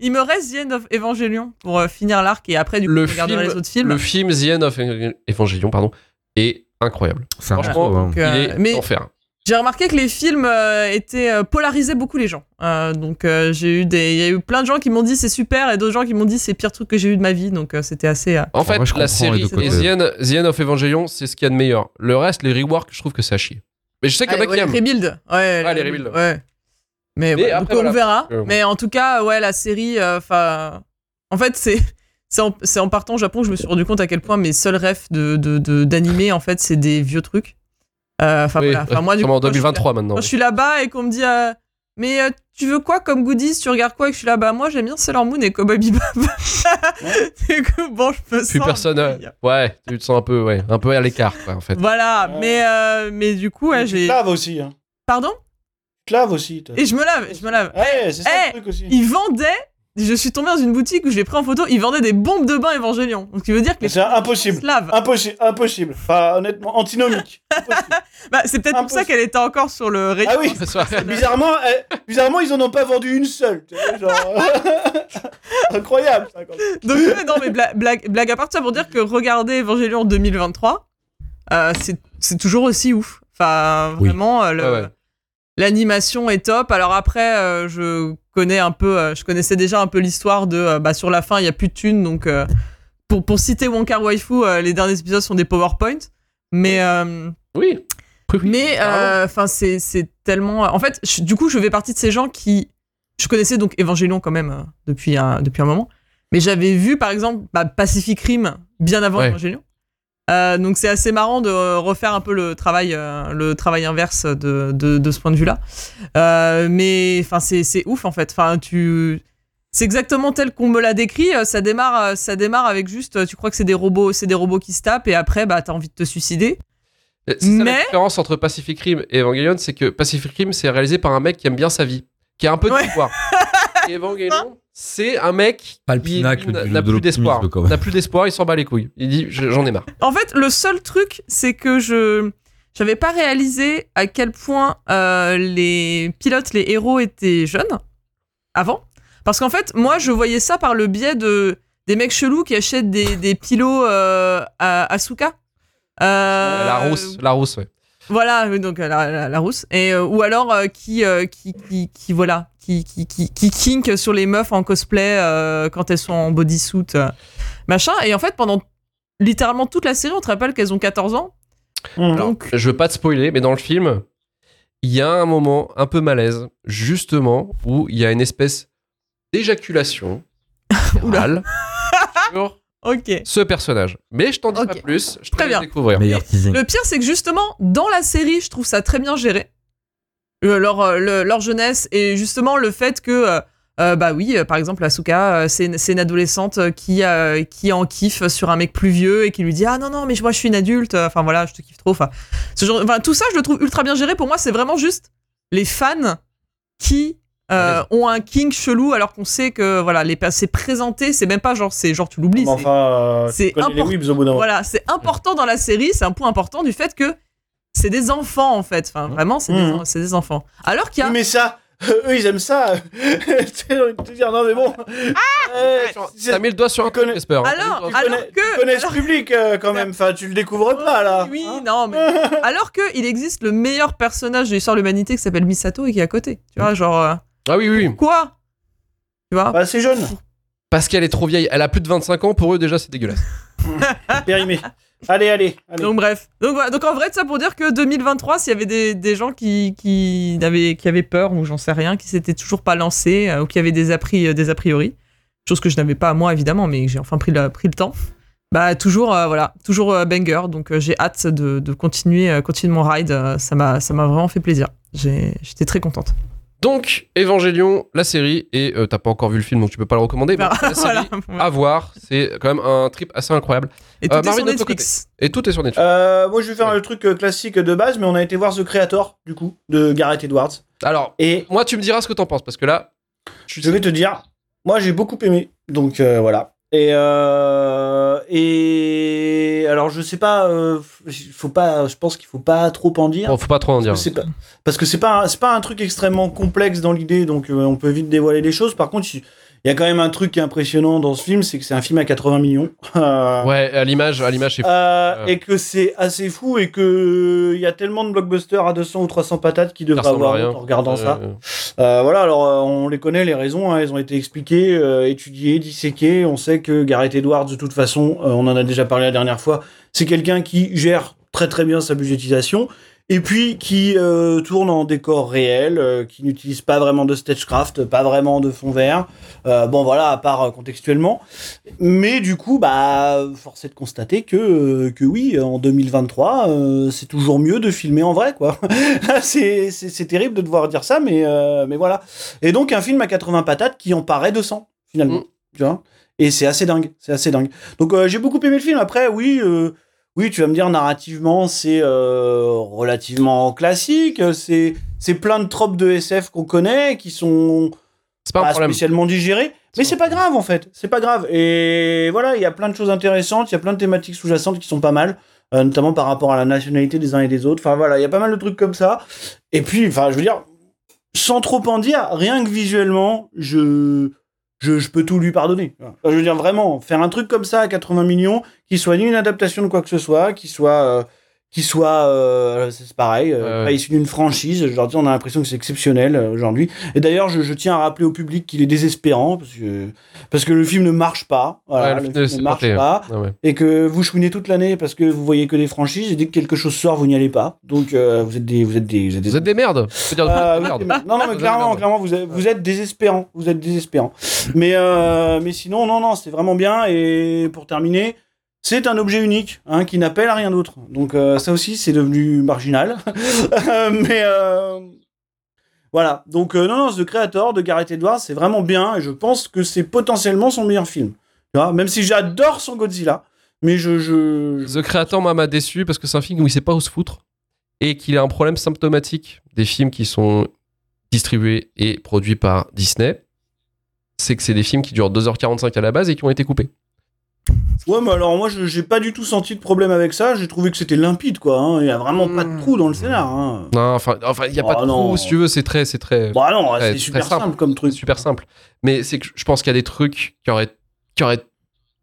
C: Il me reste The End of Evangelion pour euh, finir l'arc et après du coup
A: Le
C: je regarderai
A: film-
C: les autres films.
A: Le film The End of Evangelion pardon, est incroyable.
D: C'est un
A: Franchement,
D: peu, hein.
C: Donc, euh,
A: Il est
C: mais
A: enfer.
C: j'ai remarqué que les films euh, étaient euh, polarisaient beaucoup les gens. Euh, donc euh, j'ai eu des, il y a eu plein de gens qui m'ont dit c'est super et d'autres gens qui m'ont dit c'est le pire truc que j'ai eu de ma vie. Donc euh, c'était assez. euh,
A: En fait,
D: vrai, Ah, je
A: la
D: comprends les
A: série
D: deux
A: et
D: côtés.
A: The End, The End of Evangelion, c'est ce qu'il y a de meilleur. Le reste, les reworks, je trouve que c'est à chier. Mais je sais qu'il y en a
C: ouais,
A: qui
C: Ah, les
A: aiment.
C: rebuilds. Ouais,
A: Ah, les
C: rebuilds,
A: rebuilds.
C: Ouais. Mais, voilà,
A: après,
C: donc on
A: voilà.
C: verra.
A: Euh,
C: Mais en tout cas, ouais, la série, euh, enfin, en fait, c'est c'est en, c'est en partant au Japon que je me suis rendu compte à quel point mes seuls rêves de de- de- d'animé, en fait, c'est des vieux trucs. Euh, Enfin
A: Oui,
C: voilà. Enfin, moi, du
A: comme
C: coup,
A: en
C: quand je suis-
A: 2023 maintenant.
C: quand je suis là-bas et qu'on me dit. euh, mais euh, tu veux quoi comme goodies Tu regardes quoi et que je suis là-bas Moi j'aime bien Sailor Moon et Cowboy Bebop. *laughs* Du coup, bon, je peux
A: Plus personne. euh, Ouais, tu te sens un peu, ouais, un peu à l'écart, quoi, en
C: *laughs*
A: fait.
C: Voilà,
B: Ouais.
C: mais, euh, mais du coup, ouais,
B: Tu te
C: j'ai.
B: laves aussi. Hein.
C: Pardon
B: Tu te laves aussi. toi.
C: Et je me lave, je me lave.
B: Ouais, c'est ça
C: eh,
B: le truc aussi.
C: Ils vendaient. Je suis tombé dans une boutique où je l'ai pris en photo. Ils vendaient des bombes de bain évangélion. Donc, ce qui veut dire que les
B: C'est impossible.
C: se lavent.
B: Impossible, impossible. Enfin, honnêtement,
C: *laughs*
B: antinomique. Impossible.
C: Bah, c'est peut-être pour ça
B: impossible.
C: qu'elle était encore sur le rayon.
B: Ah oui,
A: Ce soir.
B: bizarrement, eh, bizarrement, ils en ont pas vendu une seule. tu vois, genre. *laughs* Incroyable. ça, quand même.
C: Donc, euh, ouais, non, mais bla- blague, blague à part, tout ça pour dire que regarder Évangélion 2023, euh, c'est- c'est toujours aussi ouf. Enfin,
D: Oui.
C: vraiment, euh, le-
A: Ouais, ouais.
C: l'animation est top. Alors après, euh, je connais un peu, euh, je connaissais déjà un peu l'histoire de, euh, bah, sur la fin, il y a plus de thunes, donc euh, pour, pour citer Wonka Waifu, euh, les derniers épisodes sont des PowerPoint. Mais, euh,
A: Oui. Oui, oui.
C: mais, euh,
A: Carrément.
C: enfin, c'est c'est tellement. En fait, je- du coup, je fais partie de ces gens qui, je connaissais donc Evangelion quand même euh, depuis un depuis un moment, mais j'avais vu par exemple bah, Pacific Rim bien avant
A: Ouais.
C: Evangelion. Euh, donc c'est assez marrant de euh, refaire un peu le travail euh, le travail inverse de, de, de ce point de vue là. Euh, mais enfin c'est c'est ouf en fait. Enfin tu c'est exactement tel qu'on me l'a décrit. Euh, Ça démarre, euh, ça démarre avec juste, euh, tu crois que c'est des robots, c'est des robots qui se tapent, et après, bah, t'as envie de te suicider.
A: C'est ça la
C: mais-
A: différence entre
C: *laughs*
A: Pacific Rim et Evangelion, c'est que Pacific Rim, c'est réalisé par un mec qui aime bien sa vie, qui a un peu de
C: Ouais.
A: pouvoir. Evangelion, c'est un mec
D: Pas le
A: qui
D: pinacle
A: n'a
D: du-
A: n'a
D: de
A: plus d'espoir.
D: l'optimisme, quand même.
A: N'a plus d'espoir, il s'en bat les couilles. Il dit je- j'en ai marre.
C: En fait, le seul truc, c'est que je j'avais pas réalisé à quel point euh, les pilotes, les héros étaient jeunes avant. Parce qu'en fait, moi, je voyais ça par le biais de des mecs chelous qui achètent des, des pilots euh, à Asuka. Euh,
A: La rousse, la rousse, ouais.
C: Voilà, euh, donc euh, la, la- la rousse. Et, euh, ou alors euh, qui, euh, qui, qui, qui, voilà, qui, qui, qui, qui kink sur les meufs en cosplay euh, quand elles sont en bodysuit, euh, machin. Et en fait, pendant littéralement toute la série, on te rappelle qu'elles ont 14 ans.
A: Alors,
C: Donc,
A: je veux pas te spoiler, mais dans le film, il y a un moment un peu malaise, justement, où il y a une espèce
C: *laughs*
A: d'éjaculation orale *laughs* sur
C: ok.
A: ce personnage. Mais je t'en dis pas
C: Ok.
A: plus, je te
C: Très
A: laisse
C: bien.
A: découvrir.
D: Meilleur teasing.
C: Le pire, c'est que justement, dans la série, je trouve ça très bien géré. Euh, Leur, euh, le- leur jeunesse et justement le fait que, euh, euh, bah oui, euh, par exemple, Asuka, euh, c'est une, c'est une adolescente euh, qui, euh, qui est en kiffe sur un mec plus vieux et qui lui dit Ah non, non, mais moi je suis une adulte, Euh, enfin voilà, je te kiffe trop. Enfin, ce genre, enfin, tout ça, je le trouve ultra bien géré. Pour moi, c'est vraiment juste les fans qui. euh, ont un king chelou alors qu'on sait que voilà les pa- c'est présenté c'est même pas genre c'est genre tu l'oublies
B: Mais
C: c'est-
B: Enfin, euh, tu
C: c'est
B: connais les
C: important.
B: Weebs au bout d'un moment.
C: voilà, c'est important dans la série, c'est un point important du fait que c'est des enfants en fait. Enfin, vraiment, c'est des,
B: Mhm.
C: c'est des enfants. Alors qu'il y a.
B: Oui, mais ça, Euh, eux, ils aiment ça. *laughs* J'ai envie de te dire, non, mais bon.
C: Ah
B: Euh, c'est-
A: T'as mis le doigt sur un truc, hein.
B: Connais-
A: Casper. T'as mis le
C: alors,
A: doigt sur-
B: tu
C: alors
B: connais-
C: que.
B: tu connais ce
C: alors-
B: public euh, quand même. Enfin, tu le découvres pas là.
C: Oui,
B: Hein
C: non,
B: *laughs*
C: mais. alors qu'il existe le meilleur personnage de l'histoire de l'humanité qui s'appelle Misato et qui est à côté. Tu vois, genre. euh,
A: Ah oui, oui, oui.
C: quoi Tu vois
B: Bah, c'est jeune,
A: Parce qu'elle est trop vieille, elle a plus de 25 ans, pour eux déjà c'est dégueulasse.
B: périmé. Allez, allez, allez.
C: Ah. Donc bref. Donc, voilà. Donc en vrai, ça pour dire que 2023, s'il y avait des, des gens qui, qui, avaient, qui avaient peur ou j'en sais rien, qui s'étaient toujours pas lancés euh, ou qui avaient des, a pri- des a priori, chose que je n'avais pas moi évidemment, mais que j'ai enfin pris le, pris le temps, bah toujours, euh, voilà, toujours euh, banger. Donc euh, j'ai hâte de, de continuer, euh, continuer mon ride. Euh, ça m'a ça m'a vraiment fait plaisir. J'ai- J'étais très contente.
A: Donc, Evangelion, la série, et euh, t'as pas encore vu le film donc tu peux pas le recommander, mais
C: Bah, *laughs*
A: la série,
C: voilà.
A: à voir, c'est quand même un trip assez incroyable.
C: Et tout
A: Euh,
C: est
A: Marvin,
C: sur
A: de ton
C: Netflix.
A: Et tout est sur Netflix.
B: Euh, moi, je vais faire le truc euh, classique de base, mais on a été voir The Creator, du coup, de Gareth Edwards.
A: Alors,
B: Et
A: moi tu me diras ce que t'en penses, parce que là, je
B: je vais te dire, moi, j'ai beaucoup aimé. Donc, euh, voilà. Et, euh, et alors, je sais pas, euh, faut pas, je pense qu'il faut pas trop en dire.
A: Bon, faut pas trop en dire.
B: Parce que c'est pas- parce que c'est pas un- c'est pas un truc extrêmement complexe dans l'idée, donc euh, on peut vite dévoiler les choses. Par contre, il il y a quand même un truc qui est impressionnant dans ce film, c'est que c'est un film à 80 millions. *laughs* Euh,
A: Ouais, à l'image, à l'image, c'est fou.
B: euh,
A: Euh.
B: Et que c'est assez fou et que euh, il y a tellement de blockbusters à 200 ou 300 patates qui devraient
A: Ça ressemble à
B: avoir
A: rien.
B: honte Ah, en regardant ça.
A: Euh,
B: Euh, voilà, alors euh, on les connaît les raisons, hein, elles ont été expliquées, euh, étudiées, disséquées. On sait que Gareth Edwards, de toute façon, euh, on en a déjà parlé la dernière fois, c'est quelqu'un qui gère très très bien sa budgétisation et puis qui euh, tourne en décor réel, euh, qui n'utilise pas vraiment de stagecraft, pas vraiment de fond vert. Euh, bon voilà, à part euh, contextuellement, mais du coup, bah, force est de constater que euh, que oui, en 2023, euh, c'est toujours mieux de filmer en vrai, quoi. Là, Ah, c'est c'est- c'est terrible de devoir dire ça, mais euh, mais voilà. Et donc un film à 80 patates qui en paraît 200 finalement,
A: Mm.
B: tu vois. Et c'est assez dingue, c'est assez dingue. Donc euh, j'ai beaucoup aimé le film. Après, oui, euh, oui, tu vas me dire narrativement, c'est euh, relativement classique. C'est c'est plein de tropes de SF qu'on connaît, qui sont
A: C'est pas un
B: pas
A: problème.
B: spécialement digéré, mais
A: pas
B: c'est
A: un
B: pas grave en fait, c'est pas grave. Et voilà, il y a plein de choses intéressantes, il y a plein de thématiques sous-jacentes qui sont pas mal, euh, notamment par rapport à la nationalité des uns et des autres. Enfin voilà, il y a pas mal de trucs comme ça. Et puis, enfin, je veux dire, sans trop en dire, rien que visuellement, je je, je peux tout lui pardonner. Voilà. Enfin, je veux dire vraiment, faire un truc comme ça à 80 millions, qui soit ni une adaptation de quoi que ce soit, qui soit euh, qui soit euh, c'est pareil, euh,
A: Ouais.
B: pas issu d'une franchise. Je leur dis, on a l'impression que c'est exceptionnel euh, aujourd'hui. Et d'ailleurs, je, je tiens à rappeler au public qu'il est désespérant parce que, parce que le film ne marche pas.
A: Ouais,
B: Voilà, le,
A: film,
B: film
A: c'est
B: ne marche
A: raté.
B: pas.
A: Ah ouais.
B: Et que vous chouinez toute l'année parce que vous voyez que des franchises. Et dès que quelque chose sort, vous n'y allez pas. Donc, euh, vous êtes des. Vous êtes des. Vous êtes des-
A: Vous êtes des merdes. Je peux dire
B: Euh,
A: des
B: vous êtes
A: merdes.
B: des merdes. Non, non,
A: Vous
B: mais
A: êtes
B: clairement,
A: des merdes.
B: clairement, vous êtes, vous êtes désespérant. Vous êtes désespérant. Mais, euh, mais sinon, non, non, c'est vraiment bien. Et pour terminer, c'est un objet unique hein, qui n'appelle à rien d'autre. Donc euh, ça aussi, c'est devenu marginal. *laughs* mais euh, voilà. Donc euh, non, non, The Creator de Gareth Edwards, c'est vraiment bien. Et je pense que c'est potentiellement son meilleur film. Tu vois, même si j'adore son Godzilla, mais je, je, je-
A: The Creator m'a- m'a déçu parce que c'est un film où il sait pas où se foutre et qu'il a un problème symptomatique des films qui sont distribués et produits par Disney. c'est que c'est des films qui durent 2h45 à la base et qui ont été coupés.
B: Ouais, mais alors moi, je- j'ai pas du tout senti de problème avec ça. J'ai trouvé que c'était limpide, quoi. hein. Il y a vraiment pas de trou dans le scénar. hein.
A: Non, enfin, enfin, il n'y a pas
B: Oh
A: de
B: non.
A: trou, si tu veux, c'est très, c'est très,
B: Bah non,
A: Ouais,
B: c'est
A: très
B: super
A: simple.
B: simple. comme truc.
A: super simple. Mais c'est que je pense qu'il y a des trucs qui auraient, qui auraient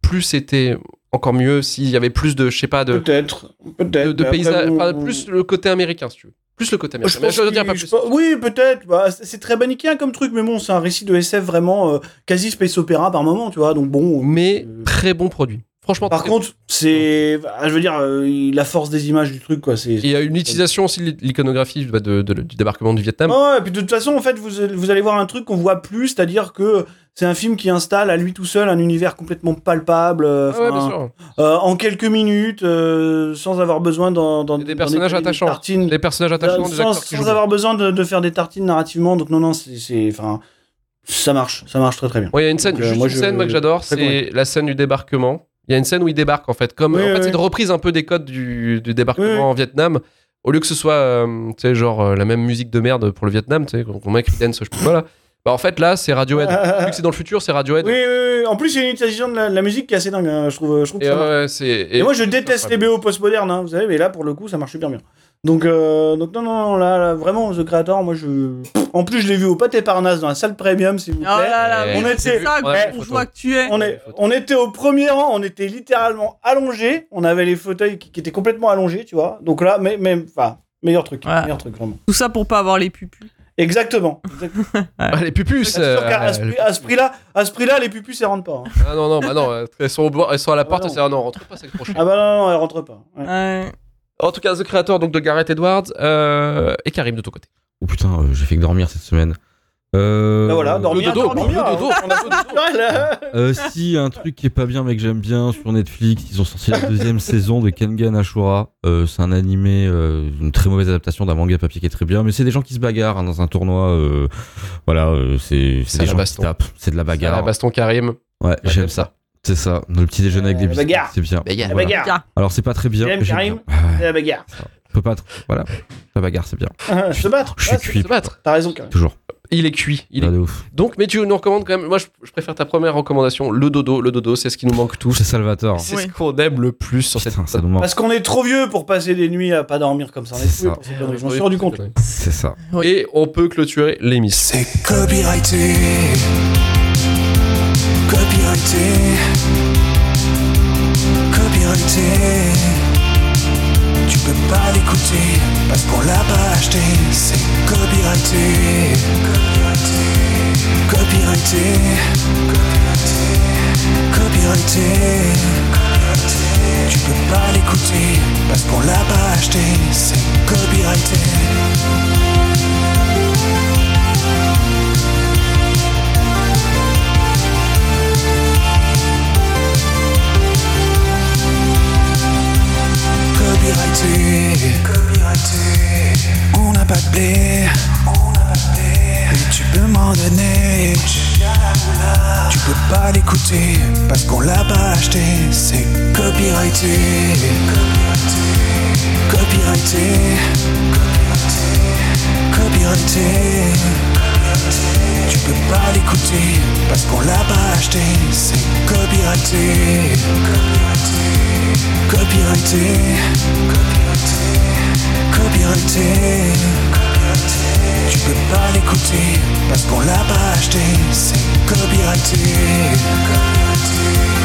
A: plus été encore mieux s'il y avait plus de, je sais pas, de,
B: Peut-être, peut-être.
A: de, de
B: mais après,
A: paysages,
B: bon,
A: enfin,
B: bon.
A: plus le côté américain, si tu veux. Plus le côté américain.
B: Je
A: Mais
B: pense
A: je veux dire
B: qu'il-
A: pas
B: je
A: plus.
B: pense- Oui, peut-être. Bah, c'est c'est très manichéen comme truc, mais bon, c'est un récit de SF vraiment euh, quasi space opéra par moment, tu vois. Donc bon.
A: Mais
B: Euh,
A: très bon produit. Franchement,
B: Par
A: très-
B: contre, c'est, bah, je veux dire, euh, il- la force des images du truc, quoi. C'est.
A: il y a une utilisation aussi de l'iconographie bah, de- de- du débarquement du Vietnam.
B: Ah ouais, et puis de toute façon, en fait, vous, vous allez voir un truc qu'on voit plus, c'est-à-dire que c'est un film qui installe à lui tout seul un univers complètement palpable, euh,
A: Ah ouais, bien
B: enfin,
A: sûr.
B: euh, en quelques minutes, euh, sans avoir besoin d'en- d'en-
A: Il y a des
B: d'en
A: personnages
B: décoller
A: attachants.
B: tartines, Euh,
A: Les personnages attachants des
B: sans,
A: acteurs qui
B: sans
A: jouent.
B: avoir besoin de, de faire des tartines narrativement. Donc non, non, c'est- c'est, enfin, ça marche, ça marche très très bien.
A: Ouais, il y a une scène,
B: Donc, euh,
A: juste
B: moi,
A: une
B: je-
A: scène moi, que j'adore,
B: très
A: c'est la scène du débarquement. Il y a une scène où il débarque en fait, comme
B: Oui,
A: en fait
B: oui,
A: c'est une
B: oui.
A: reprise un peu des codes du, du débarquement
B: Oui, oui.
A: en Vietnam. Au lieu que ce soit, euh, tu sais, genre euh, la même musique de merde pour le Vietnam, tu sais, qu'on qu'on met qui dance, je sais pas là. Bah en fait là, c'est
B: *laughs*
A: Radiohead. Vu que c'est dans le futur, c'est Radiohead.
B: oui, oui, oui. En plus, il y a une utilisation de la, de la musique qui est assez dingue. hein, Je trouve, je trouve que
A: Et, euh,
B: ça
A: ouais,
B: marche.
A: ouais, c'est- et-
B: Et, moi, je déteste les BO postmodernes, hein, vous savez, mais là, pour le coup, ça marche super bien. Donc, euh, donc non, non, non, là, là, vraiment, The Creator, moi, je. En plus, je l'ai vu au Pâté Parnasse dans la salle premium, s'il vous
C: Oh
B: plaît.
C: là là,
A: Eh,
C: mais
B: on était-
C: c'est ça,
A: on a fait
C: gros
A: photo.
C: bourgeois que tu es.
B: On, est, on était au premier rang, on était littéralement allongés, on avait les fauteuils qui, qui étaient complètement allongés, tu vois. Donc là, mais, mais, enfin, meilleur truc,
C: Voilà.
B: meilleur truc, vraiment.
C: Tout ça pour pas avoir les pupus.
B: Exactement. exactement.
A: Ah, les pupus.
B: C'est sûr
A: euh,
B: qu'à- à, ce prix- à ce prix-là, à ce prix-là, les pupus, elles rentrent pas. hein.
A: Ah non non, bah non, euh, elles sont au bord- elles sont à la
B: bah
A: porte,
B: non.
A: c'est ah non, rentre pas, c'est prochain.
B: Ah bah non, non, elles rentrent pas. ouais.
C: Ouais.
A: En tout cas, The Creator donc de Gareth Edwards euh, et Karim de ton côté.
D: Oh putain, euh, j'ai fait que dormir cette semaine. Euh,
B: Bah voilà,
A: Le
B: dormir,
A: dodo,
B: dormir, hein. Ah,
A: le dodo.
B: on a- Ouais, là.
D: Euh, si un truc qui est pas bien mais que j'aime bien sur Netflix, ils ont sorti la *laughs* deuxième saison de Kengan Ashura. Euh, c'est un animé, euh, une très mauvaise adaptation d'un manga papier qui est très bien, mais c'est des gens qui se bagarrent hein, dans un tournoi. euh, voilà, euh, c'est
A: C'est
D: c'est
A: la
D: des gens qui
A: baston.
D: se tapent, c'est de la
A: Ah,
D: bagarre.
A: Baston Karim.
D: Ouais, j'aime
A: j'aime
D: ça. Bah. C'est ça, le petit déjeuner avec des
B: Euh,
D: biscuits,
B: bagarre.
D: c'est bien.
A: Bagarre.
B: La
D: Voilà.
B: bagarre,
D: Alors c'est pas très bien.
B: J'aime
D: mais j'aime
B: Karim.
D: bien. Ouais,
B: la bagarre. *laughs*
D: on peut pas être- Voilà, la bagarre, c'est bien.
B: Se battre. Ah,
D: Je suis
B: ouais,
D: cuit,
A: Se battre.
B: T'as raison, Karim.
D: toujours.
A: Il est cuit. Il est
D: Ah, de ouf.
A: Donc, mais tu nous recommandes quand même. Moi, je, je préfère ta première recommandation, le dodo. Le dodo, c'est ce qui nous manque tous.
D: C'est Salvatore.
A: C'est
C: Ouais.
A: ce qu'on aime le plus sur cette.
D: Putain, ça nous manque.
B: Parce qu'on est trop vieux pour passer des nuits à pas dormir comme ça. On est trop
D: C'est
B: vieux
D: ça.
B: pour ces conneries, Je m'en suis rendu compte.
D: C'est ça.
A: Et on peut clôturer l'émission.
F: C'est copyrighté. Copyrighté. Copyrighté. Tu peux pas l'écouter parce qu'on l'a pas acheté. C'est copyrighté. Copyrighté. Copyrighté. Copyrighté. Copyrighté. Tu peux pas l'écouter parce qu'on l'a pas acheté. C'est copyrighté. Copyrighté, copyrighté. On n'a pas de blé, on n'a pas de blé. Et tu peux m'en donner, tu peux pas l'écouter parce qu'on l'a pas acheté. C'est copyrighté, copyrighté, copyrighté, copyrighté. Tu peux pas l'écouter parce qu'on l'a pas acheté. C'est copyrighté, copyrighté. Copyrighté, copyrighté, copyrighté, Tu peux pas l'écouter parce qu'on l'a pas acheté. C'est copyrighté, copyrighté,